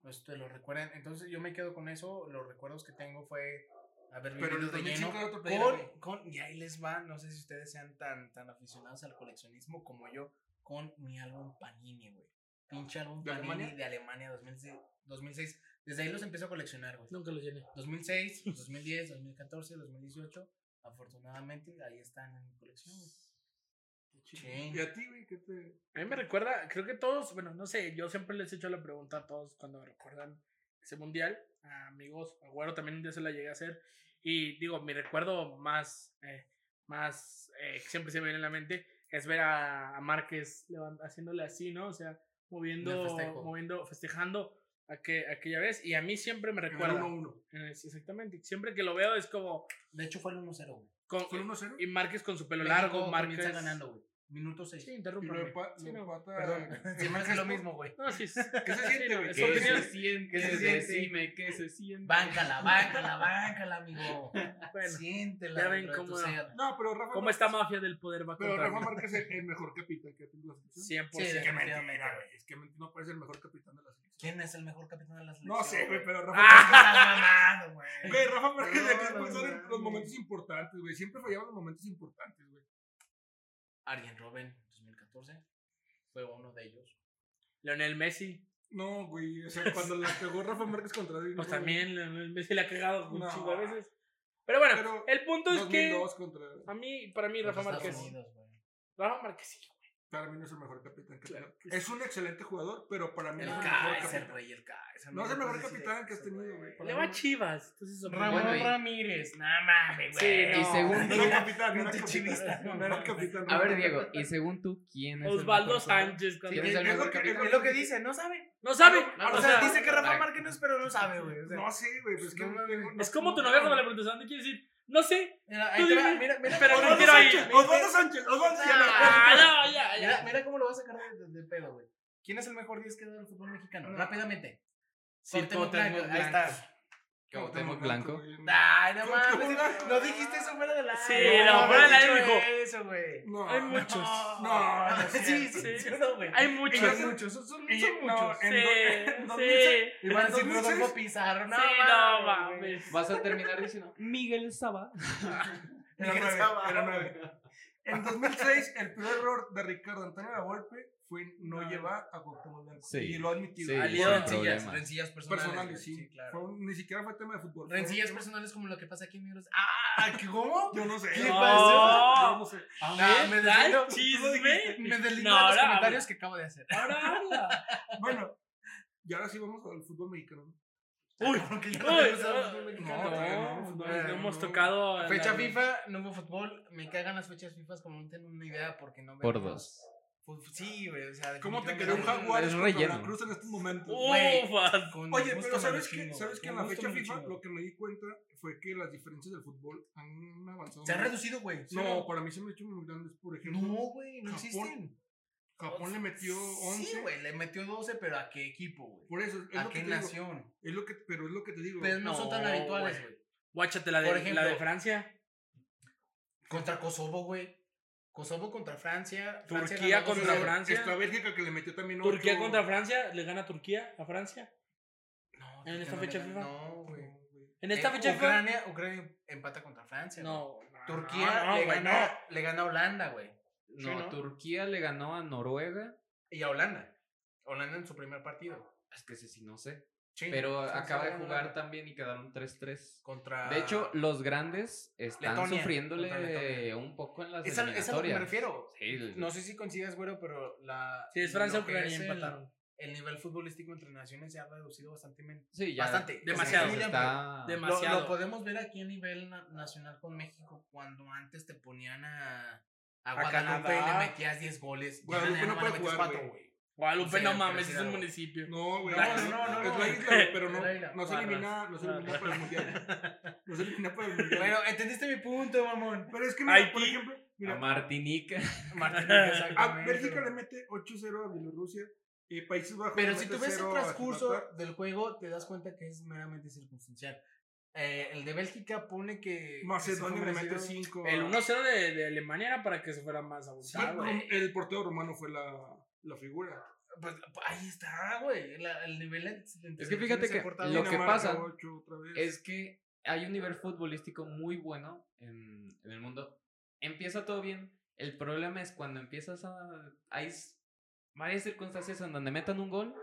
No sé si te lo recuerdan. Entonces yo me quedo con eso. Los recuerdos que tengo fue haber vivido Pero en el de 2005 lleno era otro playera, güey. con, con- Y ahí les va. No sé si ustedes sean tan, tan aficionados al coleccionismo como yo con mi álbum Panini, güey. Pinche álbum ¿De Panini Alemania? de Alemania 2006, 2006. Desde ahí los empiezo a coleccionar, güey. Nunca lo llené. 2006, 2010, 2014, 2018. Afortunadamente ahí están en mi colección, güey. Sí. ¿Y a ti, güey? ¿Qué te.? A mí me recuerda, creo que todos, bueno, no sé, yo siempre les he hecho la pregunta a todos cuando me recuerdan ese mundial, a amigos, a Güero también un día se la llegué a hacer, y digo, mi recuerdo más, eh, más, eh, que siempre se me viene en la mente, es ver a, a Márquez levan- haciéndole así, ¿no? O sea, moviendo, En el festejo. moviendo, festejando aqu- aquella vez, y a mí siempre me En el recuerda, 1-1. Eh, sí, exactamente, siempre que lo veo es como, De hecho fue el 1-0, güey. con- ¿Fue el 1-0? y Márquez con su pelo México largo, Márquez... comienza ganando, güey. Minuto 6. Sí, Y lo, interrúmpame. empa- Sí, lo no. empata. Perdón. Se me hace lo mismo, güey. No, sí, es- ¿Qué se Sí, siente, no, güey? es su opinión. siente? ¿Qué se siente? Decime, ¿qué se siente? Báncala, báncala, báncala, amigo. Bueno, Siéntela. ya ven dentro de tu cómo- ser. No, pero Rafa. ¿Cómo Márquez- esta mafia del poder va Pero contra Rafa mí? Márquez es el mejor capitán que ha tenido la selección. 100%. Sí, Qué mentira, definitivamente, güey. Es que ment- no parece el mejor capitán de la selección. ¿Quién es el mejor capitán de la selección? No sé, güey, pero Rafa. Ah. Márquez- Estás mamado, güey. Güey, Rafa Márquez No, le que no, expulsar en no, pues, los güey. momentos importantes, güey. Siempre fallaba en los momentos importantes, güey. Arjen Robben, 2014. Fue uno de ellos. Leonel Messi. No, güey. O sea, cuando la pegó Rafa Márquez contra David. Pues Beckham, también Leonel Messi le ha cagado un No. chingo de veces. Pero bueno, Pero el punto es 2002 contra. que a mí, para mí, Rafa Contra Márquez. Estados Unidos, güey. Rafa Márquez sí. Para mí no es el mejor capitán que Claro ha tenido. Es un excelente jugador, pero para mí El no es el mejor Kaiser, capitán. güey, el Kaiser. No es el me mejor puedes decir capitán que has eso, tenido, güey. Para Le mí va a no- Chivas. Entonces, eso- Ramón Bueno, y- Ramírez, no mames, güey. Sí, Y no. según No tú- era capitán, no era Pinche chivista, capitán. No era mamá. capitán. A ver, Diego, y según tú, ¿quién es el Osvaldo mejor jugador? Sánchez. cuando- ¿Quién es Es el lo mejor que- capitán? Es lo que dice, no sabe. No sabe. No, o o sea, sea, dice que Rafa Ay. Márquez no es, pero no sabe, güey. O sea, No sé, güey. pues Es que No, no tengo- Es como tu novia cuando le preguntas, ¿dónde quieres ir? No sé. Mira, ahí Tú te va, dime. mira, mira. Pero no Osvaldo quiero ir. Sánchez, Osvaldo Sánchez, Osvaldo Sánchez. Ah, no, ya, Mira, ya. mira cómo lo vas a sacar de, de- de pedo, güey. ¿Quién es el mejor 10 que da el fútbol mexicano? No. Rápidamente. Sí, Cuauhtémoc Cuauhtémoc Blanco, Ahí Blanco. está. Cuauhtémoc Blanco. güey, no. Ay, no Cuauhtémoc mames. Blanco. No dijiste eso fuera del aire. Sí, no, no, fuera del aire, dicho mijo. Eso, güey. Ah, No, Hay no. muchos. No, no es sí, cierto. sí. sí, sí, no, güey. Hay eh, Y muchos. no son muchos, son, son, Y- son no, muchos. en (laughs) do- Sí, sí. en Y van a decir 2006. Rodolfo Pizarro, no. sí, no mames, güey. mames. Vas a terminar diciendo Miguel Saba. Era nueve, Regresaba. era nueve. En 2006, el peor error de Ricardo Antonio Lavolpe fue no, No. llevar a Cuauhtémoc Blanco. Sí. Y lo ha admitido. Sí, Aliado sin rencillas, problema. rencillas personales. personales, güey, sí. Fue claro. un- ni siquiera fue tema de fútbol. Fue un Rencillas tema- personales como lo que pasa aquí en Migros. ¡Ah! ¿qué- ¿Cómo? (laughs) Yo no sé. ¿Qué No, pasó? yo no sé. Ah, me da el deslindo- ¿Eh? chisme. Me deslindo No, de los ahora comentarios que acabo de hacer. habla. Ahora (laughs) habla. Bueno, y ahora sí vamos al fútbol mexicano. Uy, ah. pues, porque ya Uy, no regresamos al fútbol no, mexicano. no, no, no, no, no hemos no. tocado. la- Fecha FIFA, no hubo fútbol. Me cagan las fechas FIFA como no tengo una idea porque no veo. Por dos. Sí, güey. O sea, ¿Cómo te definitivamente- quedó un Jaguares Es contra relleno. Veracruz en estos momentos? Güey. Ufas. Con Oye, gusto pero me ¿sabes lo qué? chingo, ¿Sabes que en con la gusto fecha me lo FIFA chingo. lo que me di cuenta fue que las diferencias del fútbol han avanzado. Se ha mucho. reducido, güey. ¿sí o No, para mí se me ha hecho muy grandes. Por ejemplo, No, güey, no Japón existen. Japón le metió 11. Sí, güey, le metió 12, pero ¿a qué equipo, güey? Por eso, es ¿A lo que qué te digo, nación? Es lo que, pero es lo que te digo. Pero no, son tan No, habituales, güey. Guáchate la de, Por la ejemplo, de Francia. Contra Kosovo, güey. Kosovo contra Francia. Francia Turquía ganó dos a contra cero. Francia. Está Bélgica que le metió también ocho. Turquía contra Francia. Le gana Turquía a Francia. No, ¿En esta Turquía no fecha le FIFA? ganó, No, güey. En esta Eh, fecha FIFA. Ucrania, Ucrania empata contra Francia. güey. No. no, Turquía no, le, güey, gana, no. le gana a Holanda, güey. No, Sí, ¿no? Turquía le ganó a Noruega. Y a Holanda. Holanda en su primer partido. Es que ese sí no sé. Sí, Pero sí, sí, acaba de ganó jugar Holanda. también y quedaron 3-3. Contra. De hecho, los grandes están Letonia, contra sufriéndole Letonia. un poco en las es a, es a lo que me eliminatorias. refiero. Sí, el- No sé si coincidas, güero, pero la. Sí, es Francia, lo que Ucrania es el- empataron. El, nivel futbolístico entre naciones se ha reducido bastante. men- sí, ya- Bastante. Demasiado. se está- Demasiado. Lo, lo podemos ver aquí a nivel na- nacional con México cuando antes te ponían a, a Guadalupe y Canadá. le metías 10 goles. Ya Guadalupe ya no nomás le puede metes jugar, cuatro, güey. güey. Guadalupe, Sí, no pero mames, sí es un ganó. municipio. No, güey. No, no, no, Es no. la isla, (laughs) güey, pero no. Es la isla. No se Ah, elimina, no se no, elimina no. para el mundial. (laughs) No se elimina para el mundial. Bueno, entendiste mi punto, mamón. pero es que, mira, por Haití. ejemplo, A mira, Martinica. Martín, (laughs) a exactamente, Bélgica güey. le mete 8-0 a Bielorrusia. eh, Países Bajos. Pero le si mete tú ves el 0 a transcurso Gibraltar. del juego, te das cuenta que es meramente circunstancial. Eh, el de Bélgica pone que. Macedonia que le se fue mete merecido. 5. El 1-0 de, de Alemania era para que se fuera más Ah, abusado. El portero romano fue la, la figura. Pues, ahí está, güey. la- El nivel. de- Es que fíjate se que ha portado lo bien, que amor. Dinamarca, pasa ocho, otra vez. (laughs) es que hay un nivel futbolístico muy bueno en, en el mundo. Empieza todo bien. El problema es cuando empiezas a... Hay s- varias circunstancias en donde metan un gol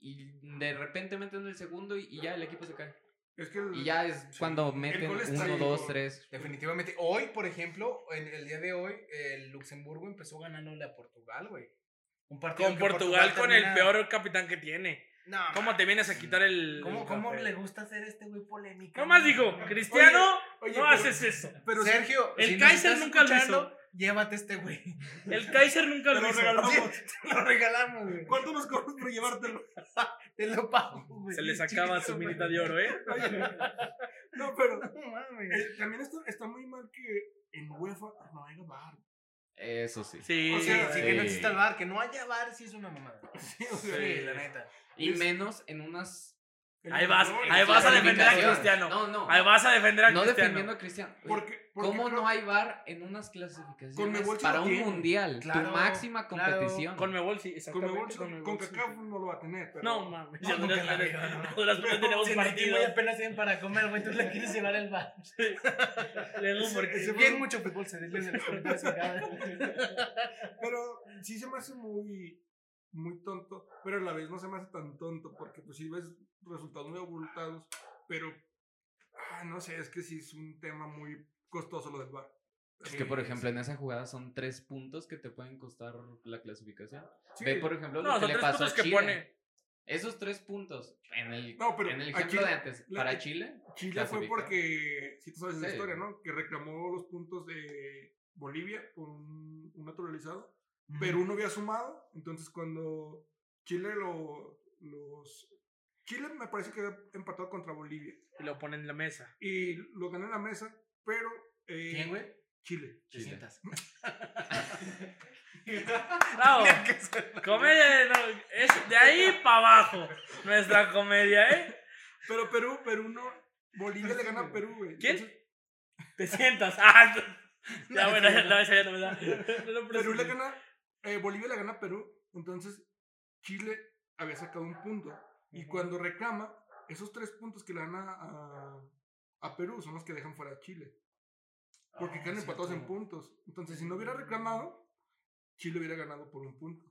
y de repente meten el segundo y, y ya el equipo se cae. Es que el- Y ya es cuando El meten gol está uno, ahí, dos, ¿no? tres. Definitivamente. Hoy, por ejemplo, en el día de hoy, el Luxemburgo empezó ganándole a Portugal, güey. Un partido Con que Portugal, con el termina- peor capitán que tiene. No, ¿Cómo te vienes a quitar el.? ¿Cómo, el cómo trofeo? le gusta hacer este güey polémica? Nomás güey? dijo, Cristiano, oye, no pero- haces eso. Pero sí, Sergio, el si nos Kaiser estás nunca lo hizo. escuchando, Llévate este güey. El Kaiser nunca te lo lo hizo. regalamos. Te lo regalamos, güey. ¿Cuánto nos cobras por llevártelo? (laughs) Te lo pago, güey. Se le sacaba su minita de oro, ¿eh? No, pero No mames. eh, también está, está muy mal que en UEFA ah, no haya bar. Eso sí. Sí, O Sí, sea, sí, sí. que no exista el bar, que no haya bar, sí es una mamada. (laughs) Sí, o sea, la neta. Y menos en unas... Ahí vas, No, ahí o vas a sea, defender a clasificaciones. Cristiano. No, no. Ahí vas a defender a no defendiendo Cristiano. a Cristiano. Porque, porque ¿Cómo creo- no hay VAR en unas clasificaciones Conmebol sí para lo un tiene. mundial? Claro, tu máxima claro. competición. Con Mebol, sí, Con, exactamente. Mebol, con, Conmebol, sí. CACAF no lo va a tener. pero- No, mames. No, nunca la veo, no. A duras penas tenemos Si aquí, partido. güey, apenas tienen para comer, güey, tú le quieres llevar el bar. Luego, porque- Ese fue- Bien mucho fútbol se desliza en los comentarios. (laughs) Pero sí se me hace muy, muy tonto, pero a la vez no se me hace tan tonto, porque pues sí ves resultados muy abultados, pero ah, no sé, es que sí es un tema muy costoso lo del Eh, bar. Es que, por ejemplo, en esa jugada son tres puntos que te pueden costar la clasificación. Sí. Ve, por ejemplo, No, lo que son le tres pasó a puntos que Chile. pone. Esos tres puntos en el, No, pero en el a ejemplo Chile- de antes, la- eh, para Chile, Chile fue clasificar. porque, si tú sabes la Sí. historia, ¿no? Que reclamó los puntos de Bolivia por un, un naturalizado. Perú no había sumado, entonces cuando Chile lo, los... Chile me parece que había empatado contra Bolivia Y lo ponen en la mesa. y lo ganó en la mesa, pero... eh, ¿Quién, güey? Chile. Te Chile. (laughs) sientas. ¡Bravo! Comedia, no, es de ahí para abajo nuestra comedia, ¿eh? Pero Perú, Perú no. Bolivia le gana a Perú, güey. ¿Quién? Entonces, Te sientas. (laughs) Ah, ya, bueno, ya no, esa ya no me da. No lo Perú le presentes. gana. eh, Bolivia le gana a Perú. Entonces, Chile había sacado un punto. Y cuando reclama, esos tres puntos que le dan a, a, a Perú son los que dejan fuera a Chile. porque Ah, Mm. quedan cierto. empatados en puntos. Entonces, si no hubiera reclamado, Chile hubiera ganado por un punto.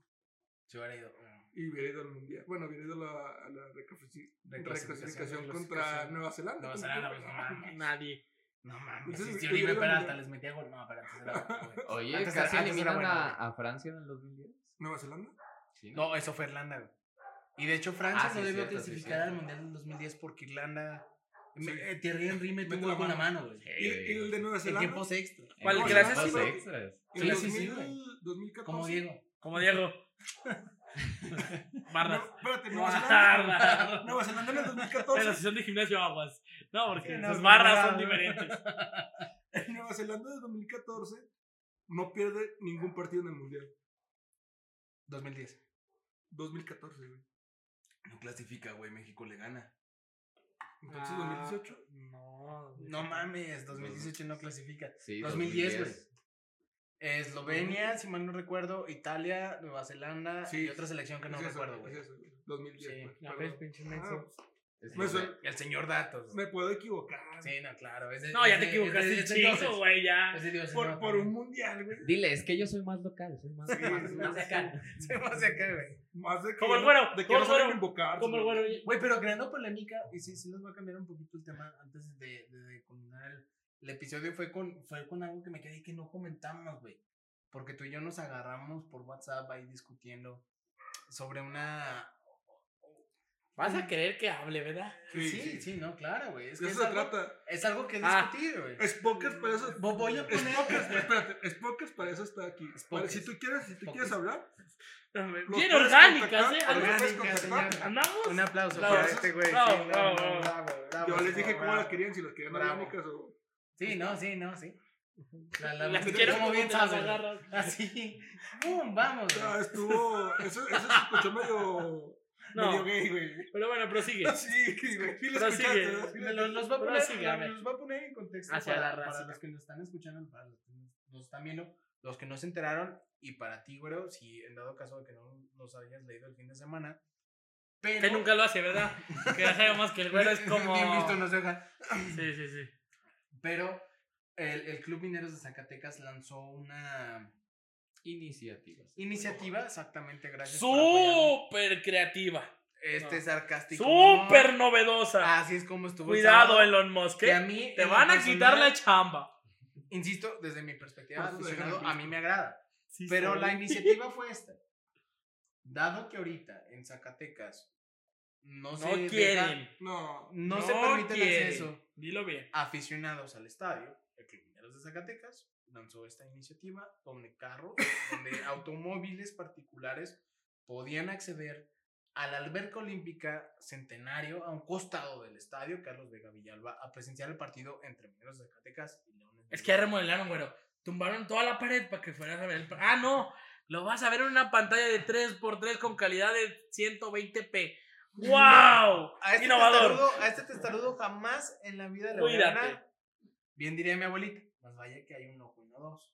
Se hubiera ido. mm, Y hubiera ido al mundial. Bueno, hubiera ido a la, a la reclasi- Reclasificación, reclasificación contra reclasificación. Nueva Zelanda. Nueva Entonces, Zelanda, hubiera- pues no mames. Nadie. No mames. Entonces, Si yo Oribe hubiera- Peralta les metía gol. No, pero antes era (laughs) bueno, güey. Oye, Antes era- casi antes era eliminan bueno, a, güey. a Francia en el 2010. ¿Nueva Zelanda? Sí. No, eso fue Irlanda, güey. Y de hecho, Francia Ah, sí, no debió cierto, sí, clasificar al cierto. Mundial del 2010 porque Irlanda. Sí. Me- eh, Thierry Henry metió un Mete gol la con la mano. mano, güey. Y, eh, y el de Nueva En Zelanda. tiempos extra. ¿Cuál ¿Cuál que era así, los güey? extras? En el Sí, sí, sí, 2000, güey. 2014. eh. Como Diego. Como Diego. (laughs) No, Barras. espérate, Nueva Zelanda. Barras. Nueva Zelanda en el Pero 2014. si son de gimnasio aguas. No, Sí, porque no, sus no, barras no, son no. diferentes. (laughs) Nueva Zelanda del 2014 no pierde ningún partido en el mundial. 2010. 2014, güey. No clasifica, güey. México le gana. Entonces, Ah, 2018. No. No mames, 2018 no clasifica. Sí, 2010, güey. Eslovenia, si mal no recuerdo, Italia, Nueva Zelanda Sí. y otra selección que no Es eso, recuerdo, es güey. eso, 2010. Sí. güey, Ya ves, perdón. pinche Ah, menso. pues, Es Me que- suena- El señor Datos. Me puedo equivocar. Sí, no, claro. es de- No, ya es te de- es de- equivocaste es de dioses. chingo, güey, ya. Es de dioses, Por, no, por también. un mundial, güey. Dile, es que yo soy más local, soy más, Sí, más- sí, más sí. acá. (laughs) Se me hace acá, güey. Más de que. Como el ya- güero, De que como no el saben güey. invocar. Como el güero. Güey, pero creando polémica, y sí, sí les va a cambiar un poquito el tema antes de, de, de culminar el, el episodio, fue con, fue con algo que me quedé que no comentamos, güey. Porque tú y yo nos agarramos por WhatsApp ahí discutiendo sobre una... Vas a querer que hable, ¿verdad? Sí, Sí, sí, sí. no, claro, güey. Es De que eso es se algo, trata. es algo que Ah, discutir, güey. Es pokers, pero eso. Vo- Voy a Es poner... pokers, espérate. Es pokers, para eso está aquí. Es Para- pokers. si tú quieres, si tú Pokers. quieres hablar. los Bien puedes orgánicas, ¿eh? contactar, los Andamos- puedes Orgánicas, contactar. señor. Andamos. Un aplauso Bravo. para este güey. Bravo, no, bravo, no, bravo. bravo, Yo les bravo, dije cómo Ah, bravo. las querían, si las querían Bravo. orgánicas o. Sí, no, sí, no, sí. La, la, Las que quieras, ¿cómo como bien te las sabes? agarras. Así. (laughs) ¡Bum! Vamos. O güey. sea, estuvo. Eso, eso se escuchó medio. No. Medio (laughs) gay, güey. Pero bueno, (laughs) prosigue. Sí, güey. Sí, lo Pero escuchaste. sigue. ¿no? Sí, Los, los va a Pero poner, sigue, a ver. los va a poner en contexto Hacia para, la raza. para los que nos están escuchando, para los que nos están viendo, los que no se enteraron, y para ti, güero, si en dado caso de que no nos hayas leído el fin de semana, pero... Que (laughs) nunca lo hace, (laughs) ¿verdad? Que ya sabemos que el güero es como. Bien visto, no se oja. Sí, sí, sí. Pero el, el Club Mineros de Zacatecas lanzó una Iniciativas. iniciativa, exactamente, gracias por apoyarnos. Súper creativa. Este sarcástico. Súper novedosa. Así es como estuvo el Cuidado, sábado. Elon Musk. Ah, pues, Que a ¿eh? mí... Te en lo van a quitar personal, la chamba. Insisto, desde mi perspectiva Por de eso dejan aficionado, el a mí me agrada. Sí, Pero sí. la iniciativa fue esta. Dado que ahorita en Zacatecas no, No se deja- quieren. No. no, se permite el quieren. acceso Dilo bien. a aficionados al estadio, el Club Mineros de Zacatecas lanzó esta iniciativa donde carros, (laughs) donde automóviles particulares podían acceder a la alberca olímpica centenario a un costado del estadio Carlos Vega Villalba a presenciar el partido entre Mineros de Zacatecas y Leones. Es que ya remodelaron, güero. Tumbaron toda la pared para que fueras a ver el. par- Ah, no. Lo vas a ver en una pantalla de 3x3 con calidad de 120p. ¡Wow! A este, Innovador. testarudo, a este testarudo jamás en la vida le voy a Cuídate. ganar. Bien diría mi abuelita, más vaya que hay un ojo y no dos.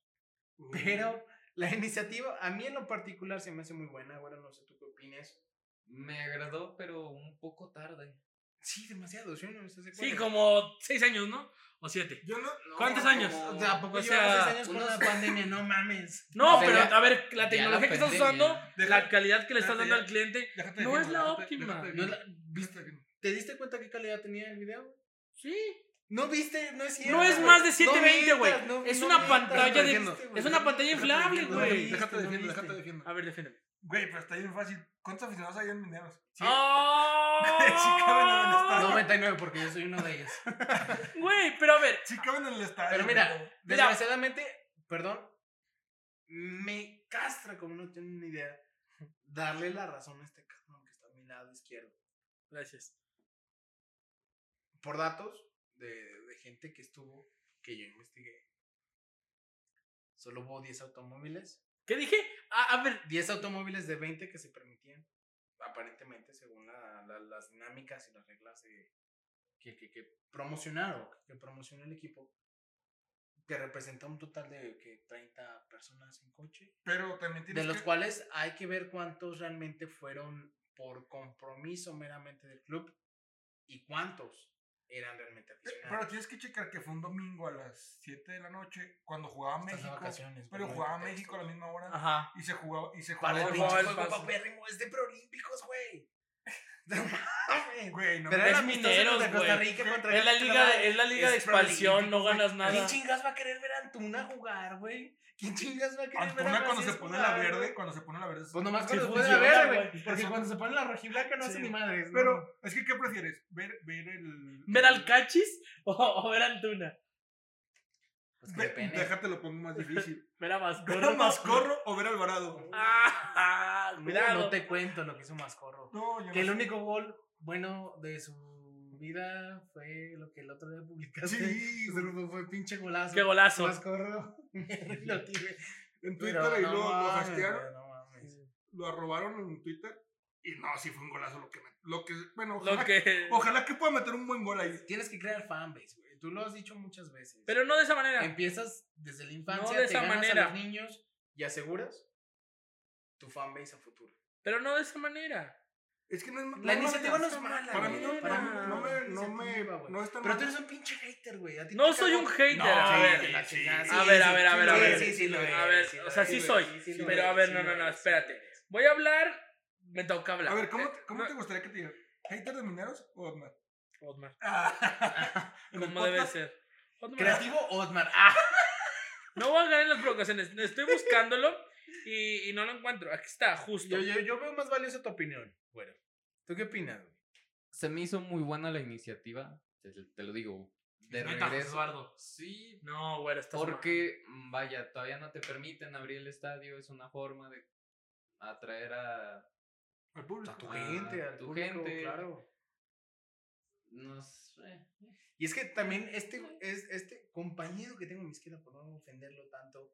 Pero la iniciativa, a mí en lo particular, se me hace muy buena. Bueno, no sé tú qué opines. Me agradó, pero un poco tarde. Sí, demasiado. Yo no me estoy de Sí, acuerdo. como 6 años, ¿no? O 7. Yo no. No, ¿Cuántos como- años? O sea, ¿a poco O llevan sea, pues seis años con unos- la pandemia? No mames. No, O sea, pero ya- a ver, la ya tecnología la que estás pandemia. usando, Deja- la calidad que le estás déjate dando ya. al cliente, Déjate de No mí, es la déjate- óptima. déjate de No mí. la- ¿viste? Déjate de mí. ¿Te diste cuenta qué calidad tenía el video? sí. No viste, no es cierto. No es güey. más de No 720, güey. mientas, no- es no una mientas, pantalla güey. de. Viste, güey. Es una pantalla Déjate inflable, defiendo, güey. Déjate no de viste. defiendo, déjate de defiendo. A ver, defiéndeme. Güey, pero está bien fácil. ¿Cuántos aficionados hay en Mineros? ¡Ah! (laughs) Sí caben en el ¡Oh! estadio. 99 porque yo soy uno de ellos. Güey, pero a ver. Sí caben en el estadio. Pero güey. mira, Mira. desgraciadamente, perdón, me castra como no tienen ni idea darle la razón a este cabrón que está a mi lado izquierdo. Gracias. Por datos de, de gente que estuvo, que yo investigué, solo hubo 10 automóviles. ¿Qué dije? Ah, A, a ver. 10 automóviles de 20 que se permitían, aparentemente, según la- la- las dinámicas y las reglas de- que, que, que promocionaron, que promocionó el equipo, que representa un total de que 30 personas en coche. Pero también tienes de los que- cuales hay que ver cuántos realmente fueron por compromiso meramente del club y cuántos eran Eh, realmente Pero aficionados. tienes que checar que fue un domingo a las 7 de la noche cuando jugaba Estás de México. vacaciones, Pero güey, jugaba no te México a la misma hora. Ajá. Y se jugaba. Y se Para el jugaba. Vale, pinche el juego paso. papérrimo es de preolímpicos, (laughs) güey. No mames. Güey, no Pero mames. Es eran mineros, amistosos de Costa güey. Rica contra Es la liga de, es la liga de Es expansión, no proolímpico, ganas güey. nada. ¿Quién chingas va a querer ver a Antuna jugar, güey? ¿Quién chingas va a querer ver a Antuna cuando se Macías pone la jugar, verde, güey? cuando se pone la verde. es- Pues nomás Sí cuando se pone la funciona, verde, güey. güey. Porque cuando se pone la rojiblanca no hace Sí. ni madres, ¿no? Pero, es que, ¿qué prefieres? ¿Ver, ver el. ¿Ver al Cachis (laughs) o, o ver a Antuna? Pues que Ve- depende. Déjate lo pongo más difícil. (laughs) ¿Ver a Mascorro? ¿Ver a Mascorro o ver a Alvarado? (laughs) Ah, No, cuidado. No te cuento lo que hizo Mascorro. No, yo Que el no. único gol bueno de su vida fue lo que el otro día publicaste. Sí, Ese güey. grupo fue pinche golazo. Qué golazo. (laughs) Mascorro. lo tiré. en Twitter Pero ahí no lo, lo mames, hastearon, güey, no mames. lo arrobaron en Twitter. Y no, sí fue un golazo lo que. me- Lo que bueno, Lo ojalá, que... ojalá que pueda meter un buen gol ahí. Tienes que crear fanbase, güey. Tú lo has dicho muchas veces. Pero no de esa manera. empiezas desde la infancia, de te esa ganas manera. a los niños y aseguras tu fanbase a futuro. Pero no de esa manera. Es que no es ma- La no es iniciativa no es está mala, Para mí güey. no, no- Para mí no, no me, es no me, iniciativa, güey. no está Pero mal. tú eres un pinche hater, güey. A ti No te soy cago- un hater. No, a sí, ver. que la chingada, sí, a ver, a ver, a ver, a sí, ver. Sí, sí, lo A eres, ver, sí lo o sea, eres, sí lo soy, eres, sí lo pero a eres, ver, sí no, lo no, no, eres. (laughs) espérate. Voy a hablar... Me toca hablar. A ver, ¿cómo, Eh, cómo no- te gustaría que te diga? ¿Hater de mineros o Otmar? Otmar. En el Como debe podcast, ser. Otmar. Creativo Otmar. Ah, No voy a ganar en las provocaciones. Estoy buscándolo y, y no lo encuentro. Aquí está, justo. yo, yo, yo veo más valiosa tu opinión. Bueno, ¿tú qué opinas, güey? Se me hizo muy buena la iniciativa, te, te lo digo, de Neta, José regreso. Eduardo. Sí, No, güey, estás porque, mm, vaya, todavía no te permiten abrir el estadio, es una forma de atraer a Al público. A tu Ah, gente, a tu tu gente. gente. Claro. No sé. Y es que también este, es, este compañero que tengo a mi izquierda, por no ofenderlo tanto,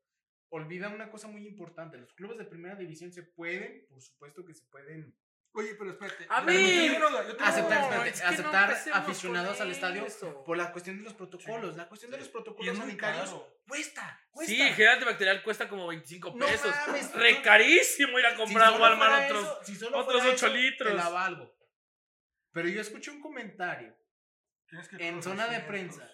olvida una cosa muy importante. Los clubes de primera división se pueden, por supuesto que se pueden Oye, pero espérate. A yo tengo- ver. yo tengo una duda, yo tengo aceptar, Ah, una duda. espérate, es que no aceptar empecemos aficionados con al estadio eso. por la cuestión de los protocolos. La cuestión de Sí. los Y es protocolos muy sanitarios caro. cuesta, cuesta. Sí, gel antibacterial cuesta como 25 No pesos. mames, Re no- carísimo ir a comprar a solo Walmart fuera otros. eso, si solo otros fuera ocho eso, litros. Te la valgo. Pero yo escuché un comentario Tienes que- en zona de prensa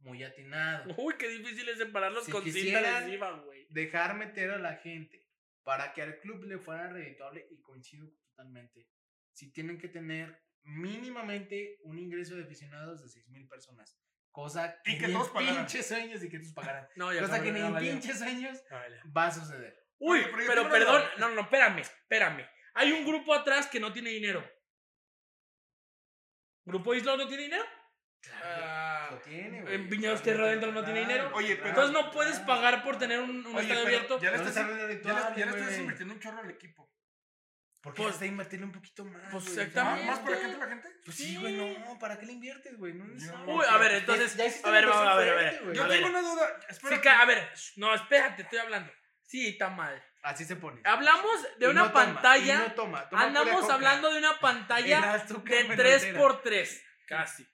muy atinado. Uy, qué difícil es separarlos Si con cinta quisieran- adhesiva, güey. dejar meter a la gente para que al club le fuera redituable y coincido totalmente. Si tienen que tener mínimamente un ingreso de aficionados de 6 mil personas, cosa que, Y que ni en todos pagaran. pinches sueños y que todos pagaran, No, (laughs) ya cosa que ni ya en valió. pinches sueños Ya valió. va a suceder. Uy, Oye, pero yo pero tengo una perdón. duda. No, no, no, espérame, espérame. Hay un grupo atrás que no tiene dinero. ¿Grupo Isla no tiene dinero? Lo Ah, tiene, en güey. Piñados Tierra Adentro no tiene dinero. Oye, pero- Entonces no puedes pagar por tener un, un Oye, estadio pero abierto. Ya le No estás, les arregla ya le- rituales, ya le estás güey. invirtiendo un chorro al equipo. ¿Por qué Pues- hasta invertirle un poquito más? Pues güey? exactamente. ¿Más para gente la gente? Pues sí, güey, no, ¿para qué le inviertes, güey? No es necesario. Uy, a ver, entonces. Ya hiciste a ver, una vamos, a ver, a inversión ver. fuerte, güey. Yo a tengo ver. una duda. Sí, Espera. ca- a ver, shh, no, espérate, estoy hablando. Sí, está mal. Así se pone. Hablamos de Y una no toma, y pantalla. no toma, toma pura Andamos coca. hablando de una pantalla Verás tú qué de buena 3 era. por 3 casi.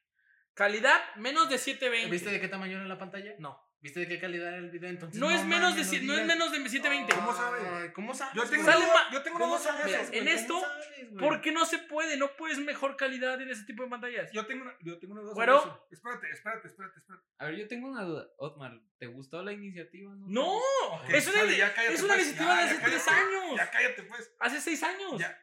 Calidad menos de 720. ¿Viste de qué tamaño era la pantalla? No. ¿Viste de qué calidad era el video? Entonces, No es menos de mames, si- no es digas- menos de 720. ¿Cómo sabes? Ay, ¿Cómo sabes? Yo tengo güey? Sale una duda- ma- yo tengo una ¿Cómo duda sabes? de Mira, esas, güey? en güey. ¿Cómo esto, sabes, güey? Porque no se puede, no puedes mejor calidad en ese tipo de pantallas. Yo tengo una, yo tengo una duda. sobre ¿Güero? eso. Espérate, espérate, espérate, espérate. A ver, yo tengo una duda. Otmar, ¿te gustó la iniciativa? te No, gustó? es una, Sale, ya cállate, es una pues, iniciativa ya, de ya hace 3 cállate. años. Ya cállate, pues. Hace 6 años. Ya.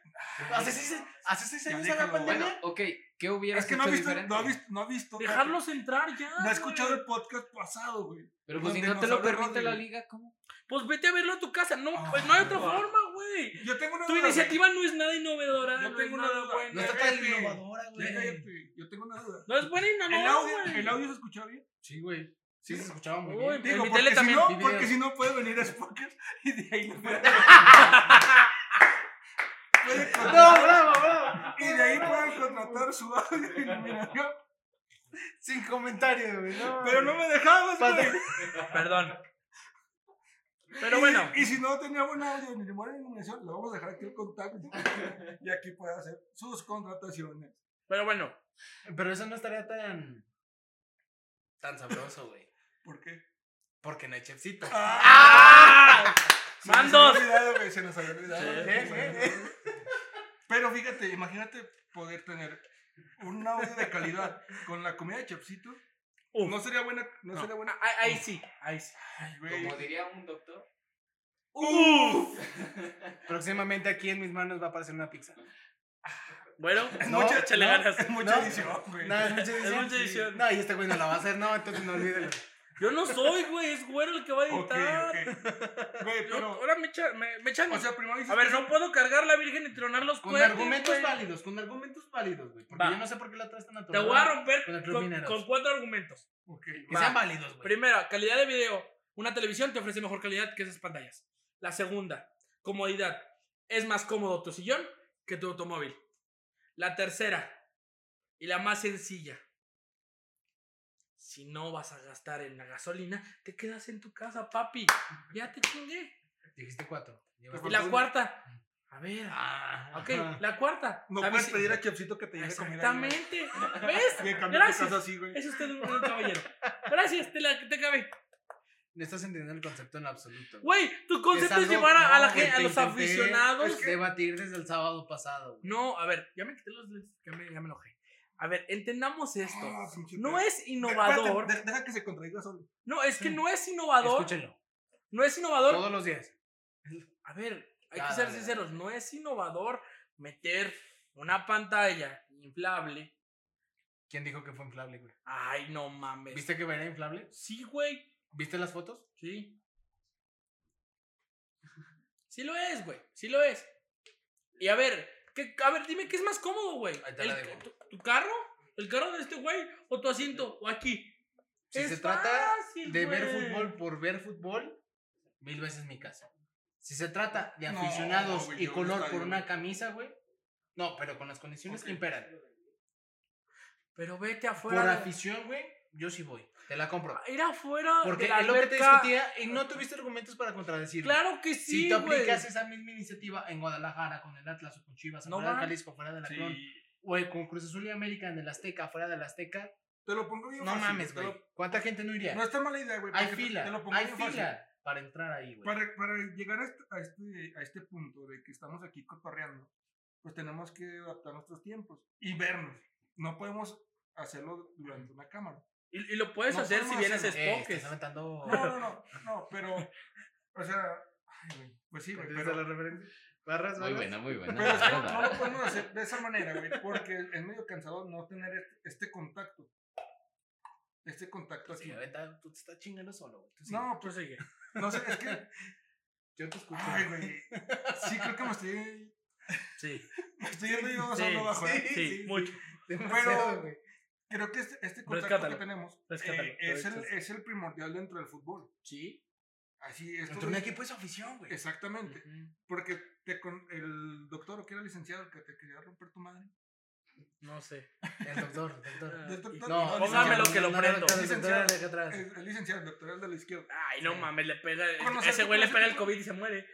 Hace seis, hace seis Ya años era la déjalo, pandemia. Bueno, ok, ¿qué hubiera Es que no ha hecho visto, diferente? no ha visto, no ha visto. Dejarlos entrar ya. No ha güey. escuchado el podcast pasado, güey. Pero pues si Donde no te lo nos habla permite la Rodri. liga, ¿cómo? Pues vete a verlo a tu casa. No, Ah, pues no hay otra guau. forma, güey. Yo tengo una Tu duda. güey. iniciativa no es nada innovadora. Yo no es tengo una nada duda. buena. No No, está Déjate. tan innovadora, Ya güey. cállate. Yo tengo una duda. es buena ¿El innovadora. audio, güey. ¿El audio se escuchaba bien? Sí, güey. Sí, Sí. se escuchaba muy (laughs) Uy, bien. En Digo, mi porque tele si también, no, vi porque videos. si no puede venir a Spockers y de (laughs) ahí no puede. puede ¡No, contratar- bravo, bravo! y de ahí pueden contratar su audio y iluminación. Sin comentarios, güey. Pero no me dejabas, güey. Perdón. (laughs) Pero bueno. Y, y si no tenía buen audio ni buena iluminación, le vamos a dejar aquí el contacto. Y aquí puede hacer sus contrataciones. Pero bueno. Pero eso no estaría tan. tan sabroso, güey. ¿Por qué? Porque no hay (laughs) chefcito. Ah. Se nos había Mandos. olvidado, güey, Se nos había olvidado. Sí, Se nos había olvidado. Pero fíjate, imagínate poder tener un audio de calidad con la comida de Chepsito, Uf. no sería buena. No, No. sería buena. Ah, Ahí sí, ahí sí. Ay, güey. Como diría un doctor. Uf. Próximamente aquí en mis manos va a aparecer una pizza. Bueno, (laughs) No, muchas échale no, ganas. Es mucha No. edición, güey. No, es mucha edición. mucha edición. No, y este güey no la va a hacer, no, entonces no olvídelo. Yo no soy, güey, es güero el que va a Ok, editar. ok. Güey, Yo- pero. ahora me, echa- me, me echan. O sea, primero dices. a ver, que- no puedo cargar la virgen y tronar los Con cohetes, argumentos güey. válidos, con argumentos válidos, güey. Porque Va. yo no sé por qué la traes tan Te natural. voy a romper Con el con, Club Mineros. con cuatro argumentos. ok, Que Va. sean válidos, güey. Primera, calidad de video. Una televisión te ofrece mejor calidad que esas pantallas. La segunda, comodidad. Es más cómodo tu sillón que tu automóvil. La tercera, y la más sencilla. Si no vas a gastar en la gasolina, te quedas en tu casa, papi. Ya te chingué. Dijiste cuatro. Llevas Y Por la favor. cuarta. Pues, A ver. Ah, ok, ajá. la cuarta. No la puedes bici- pedir a Chepsito que te lleve comida. Exactamente. (laughs) ¿Ves? güey. Y en cambio te Gracias. casas así, güey. Es usted un, un caballero. Gracias, te la te acabé. No estás entendiendo el concepto en absoluto. güey. Güey, tu concepto es, algo- llevar a, a la no, güey, gente, a te los intenté- aficionados. Es debatir desde el sábado pasado, güey. No, a ver, ya me quité los lentes, ya me, ya me enojé. A ver, entendamos esto. Ah, pinche No perro. es Espérate, innovador. de- deja que se contradiga solo. No, es que no es innovador. Escúchenlo. No es innovador. Todos los días. A ver, hay Ya, que ser dale, sinceros. dale. No es innovador meter una pantalla inflable. ¿Quién dijo que fue inflable, güey? Ay, no mames. ¿Viste que era inflable? Sí, güey. ¿Viste las fotos? Sí. (laughs) Sí lo es, güey. Sí lo es. Y a ver, ¿qué, a ver, dime qué es más cómodo, güey. Ahí te El la ca- dejo. ¿Tu, tu carro? ¿El carro de este güey? ¿O tu asiento? ¿O aquí? Si Es se trata fácil, de ver güey. fútbol por ver fútbol, mil veces mi casa. Si se trata de No, aficionados güey, y yo no color estaría, por una güey. camisa, güey. No, pero con las condiciones Ok. que imperan. Pero vete Por afuera. de- afición, güey, yo sí voy. Te la compro. Ir afuera. Porque Ah, de la es lo que te alberca. discutía y no tuviste argumentos para contradecirlo. Claro que Si sí, tú güey. aplicas esa misma iniciativa en Guadalajara, con el Atlas o con Chivas, No fuera del va. Jalisco, fuera de la Clon, o eh, con Cruz Azul y América en el Azteca, fuera del Azteca, Te lo pongo bien no fácil. mames, te güey. lo- ¿Cuánta gente no iría? No está mala idea, güey. hay porque te- fila, Te lo pongo hay bien fácil. fila para entrar ahí, pues. güey. Para, para llegar a este, a, este, a este punto de que estamos aquí cotorreando, pues tenemos que adaptar nuestros tiempos y vernos. No podemos hacerlo durante una cámara. Y, y lo puedes No hacer si podemos vienes a hacerlo. Eh, Spokes. estás aventando No, no, no, no, pero, o sea, ay, güey, pues sí, güey, ¿Entendiste la pero, referencia? Barras, Muy barras. buena, muy (laughs) buena. pero es que la no, verdad. no lo podemos hacer de esa manera, güey, porque es medio cansado no tener este, este contacto. Este contacto Sí, aquí. aventa, tú te estás chingando solo, güey. Tú sigue. No, pues, Tú sigue. no sé, es (laughs) que, yo te escucho. ay, güey, sí creo que me estoy, Sí, (laughs) me estoy yendo yo Sí, solo bajo, ¿eh? sí, mucho. (laughs) Demasiado, Pero- güey. Creo que este, este contacto Rescátalo, que tenemos rescátalo, eh, es, lo el, dices. es el primordial dentro del fútbol. Sí. Así es. Entró un equipo de su afición, güey. Exactamente. Porque te con- el doctor que era licenciado que te quería romper tu madre. No sé. El doctor, el Ah, doctor. El doctor- No, Póngamelo no, que lo no, no, prendo. no, no, no, no, no, no, no, no, El, atrás. el licenciado, el doctor, el de la izquierda. Ay, no Sí. mames, le pega. Con nosotros, ese güey le con pega el nosotros. COVID y se muere.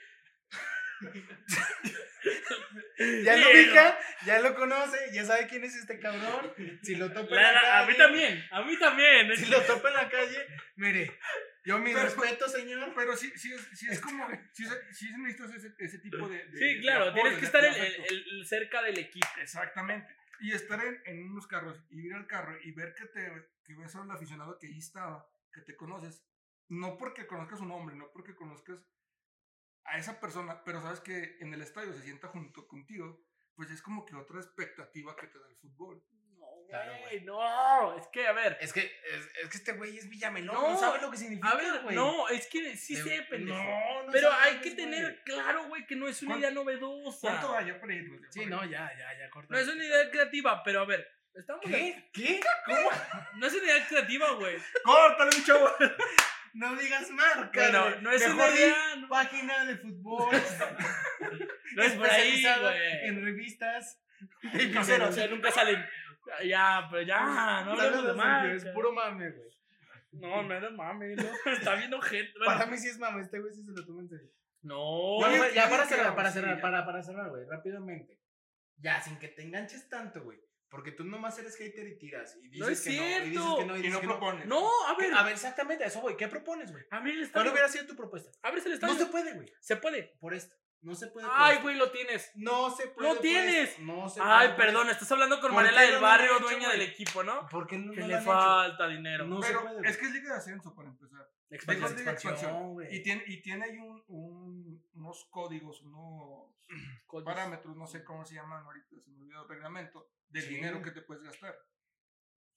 (laughs) Ya lo Sí, ubica, ya lo conoce, ya sabe quién es este cabrón. Si lo topa en La- la la- a calle. mí también, a mí también. Si lo topa en la calle, mire. Yo mi Pero- respeto, señor. Pero sí, sí, es, sí es como. Sí, es- sí necesitas ese, ese tipo de. de- Sí, de claro, apoyo, tienes que de- estar de el- afecto. el- el- cerca del equipo. Exactamente. Y estar en, en unos carros y ir al carro y ver que te que ves al aficionado que ahí estaba, que te conoces. No porque conozcas su nombre, no porque conozcas a esa persona, pero sabes que en el estadio se sienta junto contigo, pues es como que otra expectativa que te da el fútbol. No, Claro, güey, no, es que, a ver, Es que, es, es que este güey es Villamelón, No, no, sabe lo que significa, a ver, güey. no, es que sí De- sé, pendejo. No, no pero hay sabes, que güey. tener claro, güey, que no es una ¿Cuán- idea novedosa. ¿Cuánto vaya para irnos? Sí, no, ya, ya, ya, corta. No es una idea creativa, pero a ver, estamos de- ¿Qué? ¿Qué? ¿Cómo? No es una idea creativa, güey. ¡Córtale, mi chavo! (laughs) No digas marca. Bueno, güey. no es Mejor una di idea, no, Página de fútbol. (laughs) no es por ahí, especializada güey. En revistas. (laughs) O (laughs) sea, nunca salen. Ya, pero ya, no hablemos de Saludos, Sergio, más. Es puro mame, güey. No, no era mame, (laughs) no. Está bien ojete. bueno. Para mí sí es mame, este güey sí se lo toma en serio. no. Ya, Oye, güey, ya ¿qué para dices? cerrar, para Sí, cerrar, ya. para, para cerrar, güey, rápidamente. Ya, sin que te enganches tanto, güey. Porque tú nomás eres hater y tiras. Y dices No es que no, y dices cierto. que no, y Y dices no que no. propones. No, a ver. A ver, exactamente, a eso voy. ¿Qué propones, güey? Abrir el ¿Cuál estadio. hubiera sido tu propuesta? Abres el estadio. No se puede, güey. se puede. Por esto. No se puede. Ay, coexistir. güey, lo tienes. No se puede. ¡Lo tienes! coexistir. No se Ay, puede perdón, estás hablando con ¿Por qué Mariela no del lo han Barrio, hecho, dueña güey? del equipo, ¿no? coexistir. ¿Por qué no, Que no le lo han falta dinero. No se Pero puede, es que es Liga de Ascenso, para empezar. hecho? Expansión. Liga de expansión. expansión, güey. Y tiene, y tiene ahí un, un- unos códigos, unos parámetros, no sé cómo se llaman ahorita, se me olvidó el reglamento, del Sí. dinero que te puedes gastar.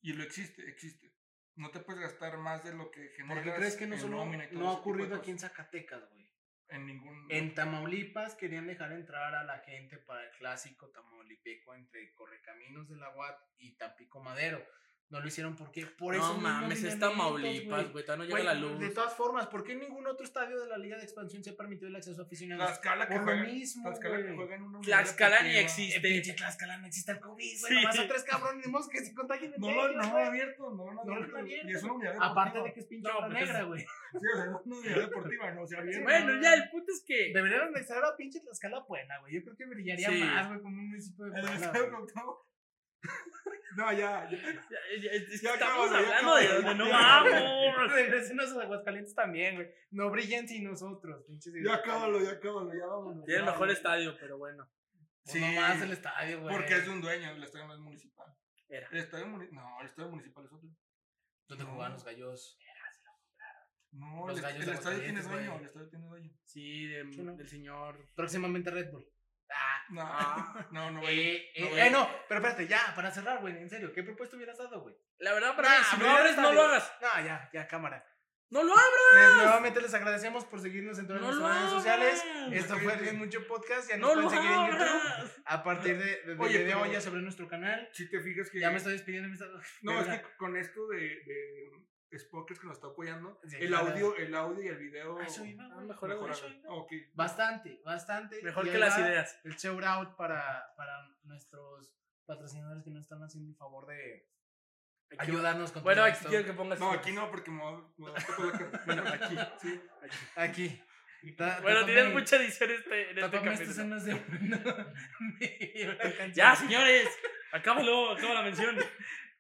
Y lo existe, existe. No te puedes gastar más de lo que generas. ¿Por qué crees que no en solo nómina y todo no ha ese tipo de ocurrido cosas? aquí en Zacatecas, güey? En ningún. En Tamaulipas querían dejar entrar a la gente para el clásico tamaulipeco entre Correcaminos de la UAT y Tampico Madero. No lo hicieron porque por eso. No mames, es Tamaulipas, güey. Todavía no llega la De luz. todas formas, ¿por qué en ningún otro estadio de la Liga de Expansión se ha permitido el acceso a aficionados? Tlaxcala que Por juega. lo mismo. Tlaxcala que güey. juega en una. unidad Tlaxcala ni deportiva. Eh, existe. pinche Tlaxcala no existe el COVID, güey. Sí. Nomás a tres cabrones, ni modo que se contagien. No entre lo, ellos, no lo güey. ha abierto, no lo han No lo han abierto. abierto. Y es una unidad deportiva. Aparte de que es pinche No, obra pues es- negra, güey. Sí, o sea, es (laughs) una unidad deportiva, no se ha abierto. Bueno, ya, el punto es que. Deberían analizar a pinche Tlaxcala buena, güey. Yo creo que brillaría Sí. más, güey, como un municipio de El Puebla, Estadio güey. Cuauhtémoc. (laughs) No, ya. Ya, ya, es que Ya estamos acaba, ya hablando de acaba. donde (laughs) no Ya. vamos. Regresen a sus Aguascalientes también, güey. No brillen sin nosotros, pinches. Ya cábalo, ya cábalo, ya vámonos. Tiene el ya, mejor ya. estadio, pero bueno. Sí. Sí. más el estadio, güey. Porque es de un dueño, el estadio no es municipal. Era. El estadio municipal. No, el estadio municipal es otro. Donde jugaban los gallos. No, Los el, gallos el de estadio tiene Aguascalientes, dueño, güey. el estadio tiene dueño. Sí, de- Chulo. del señor. Próximamente Red Bull. Ah. No, Ah. no, no, güey. Eh, eh, no, no, güey. eh, no, pero espérate, ya, para cerrar, güey, en serio, ¿qué propuesta hubieras dado, güey? La verdad, para Nah, mí, si no abriera abres, no estadio. lo hagas. No, ya, ya, cámara. ¡No lo abras! Les- nuevamente les agradecemos por seguirnos en todas No lo nuestras redes sociales. hagas. Esto fue Bien Mucho Podcast, ya nos ¡No lo pueden seguir en YouTube. abras! A partir de, de, Oye, de pero- hoy ya se abrió nuestro canal. Si te fijas que. Ya me estoy despidiendo. me está- No, es Verga. que con esto de, de Spockers que nos está apoyando, Sí, el claro. audio, el audio y el video. A Ah, eso iba, güey. mejor A mejoraron. eso iba. Ok. Bastante, bastante. Mejor Y que ahí las va ideas. El shout out para, para nuestros patrocinadores que nos están haciendo el favor de Aquí- ayudarnos con Bueno, todo aquí esto. quiero que pongas. No, aquí no, porque me voy a- me voy a tapar la cara. Bueno, aquí, (laughs) sí. Aquí. Ta- Bueno, tápame- tienes mucha edición este, en este tápame estos capítulo. senos de (laughs) una- Ya, señores. Acábalo, acaba la mención.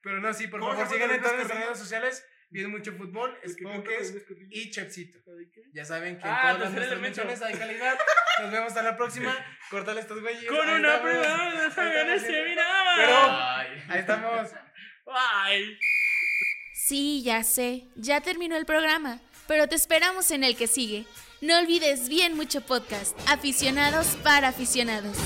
Pero no, sí, por ¿Cómo favor, se llama sigan en el todas disco, nuestras no? redes sociales. Bien mucho fútbol, El que Spokes canta con el y Chepsito. Con Ya saben que en Ah, todas las tercer nuestras elemento. menciones hay calidad. Nos vemos hasta la próxima. Cortale estos güeyes. Ahí una estamos. prueba de Ahí Fabián estamos. se Pero- miraba. Ahí estamos. Bye. Sí, ya sé, ya terminó el programa, pero te esperamos en el que sigue. No olvides bien mucho podcast, aficionados para aficionados.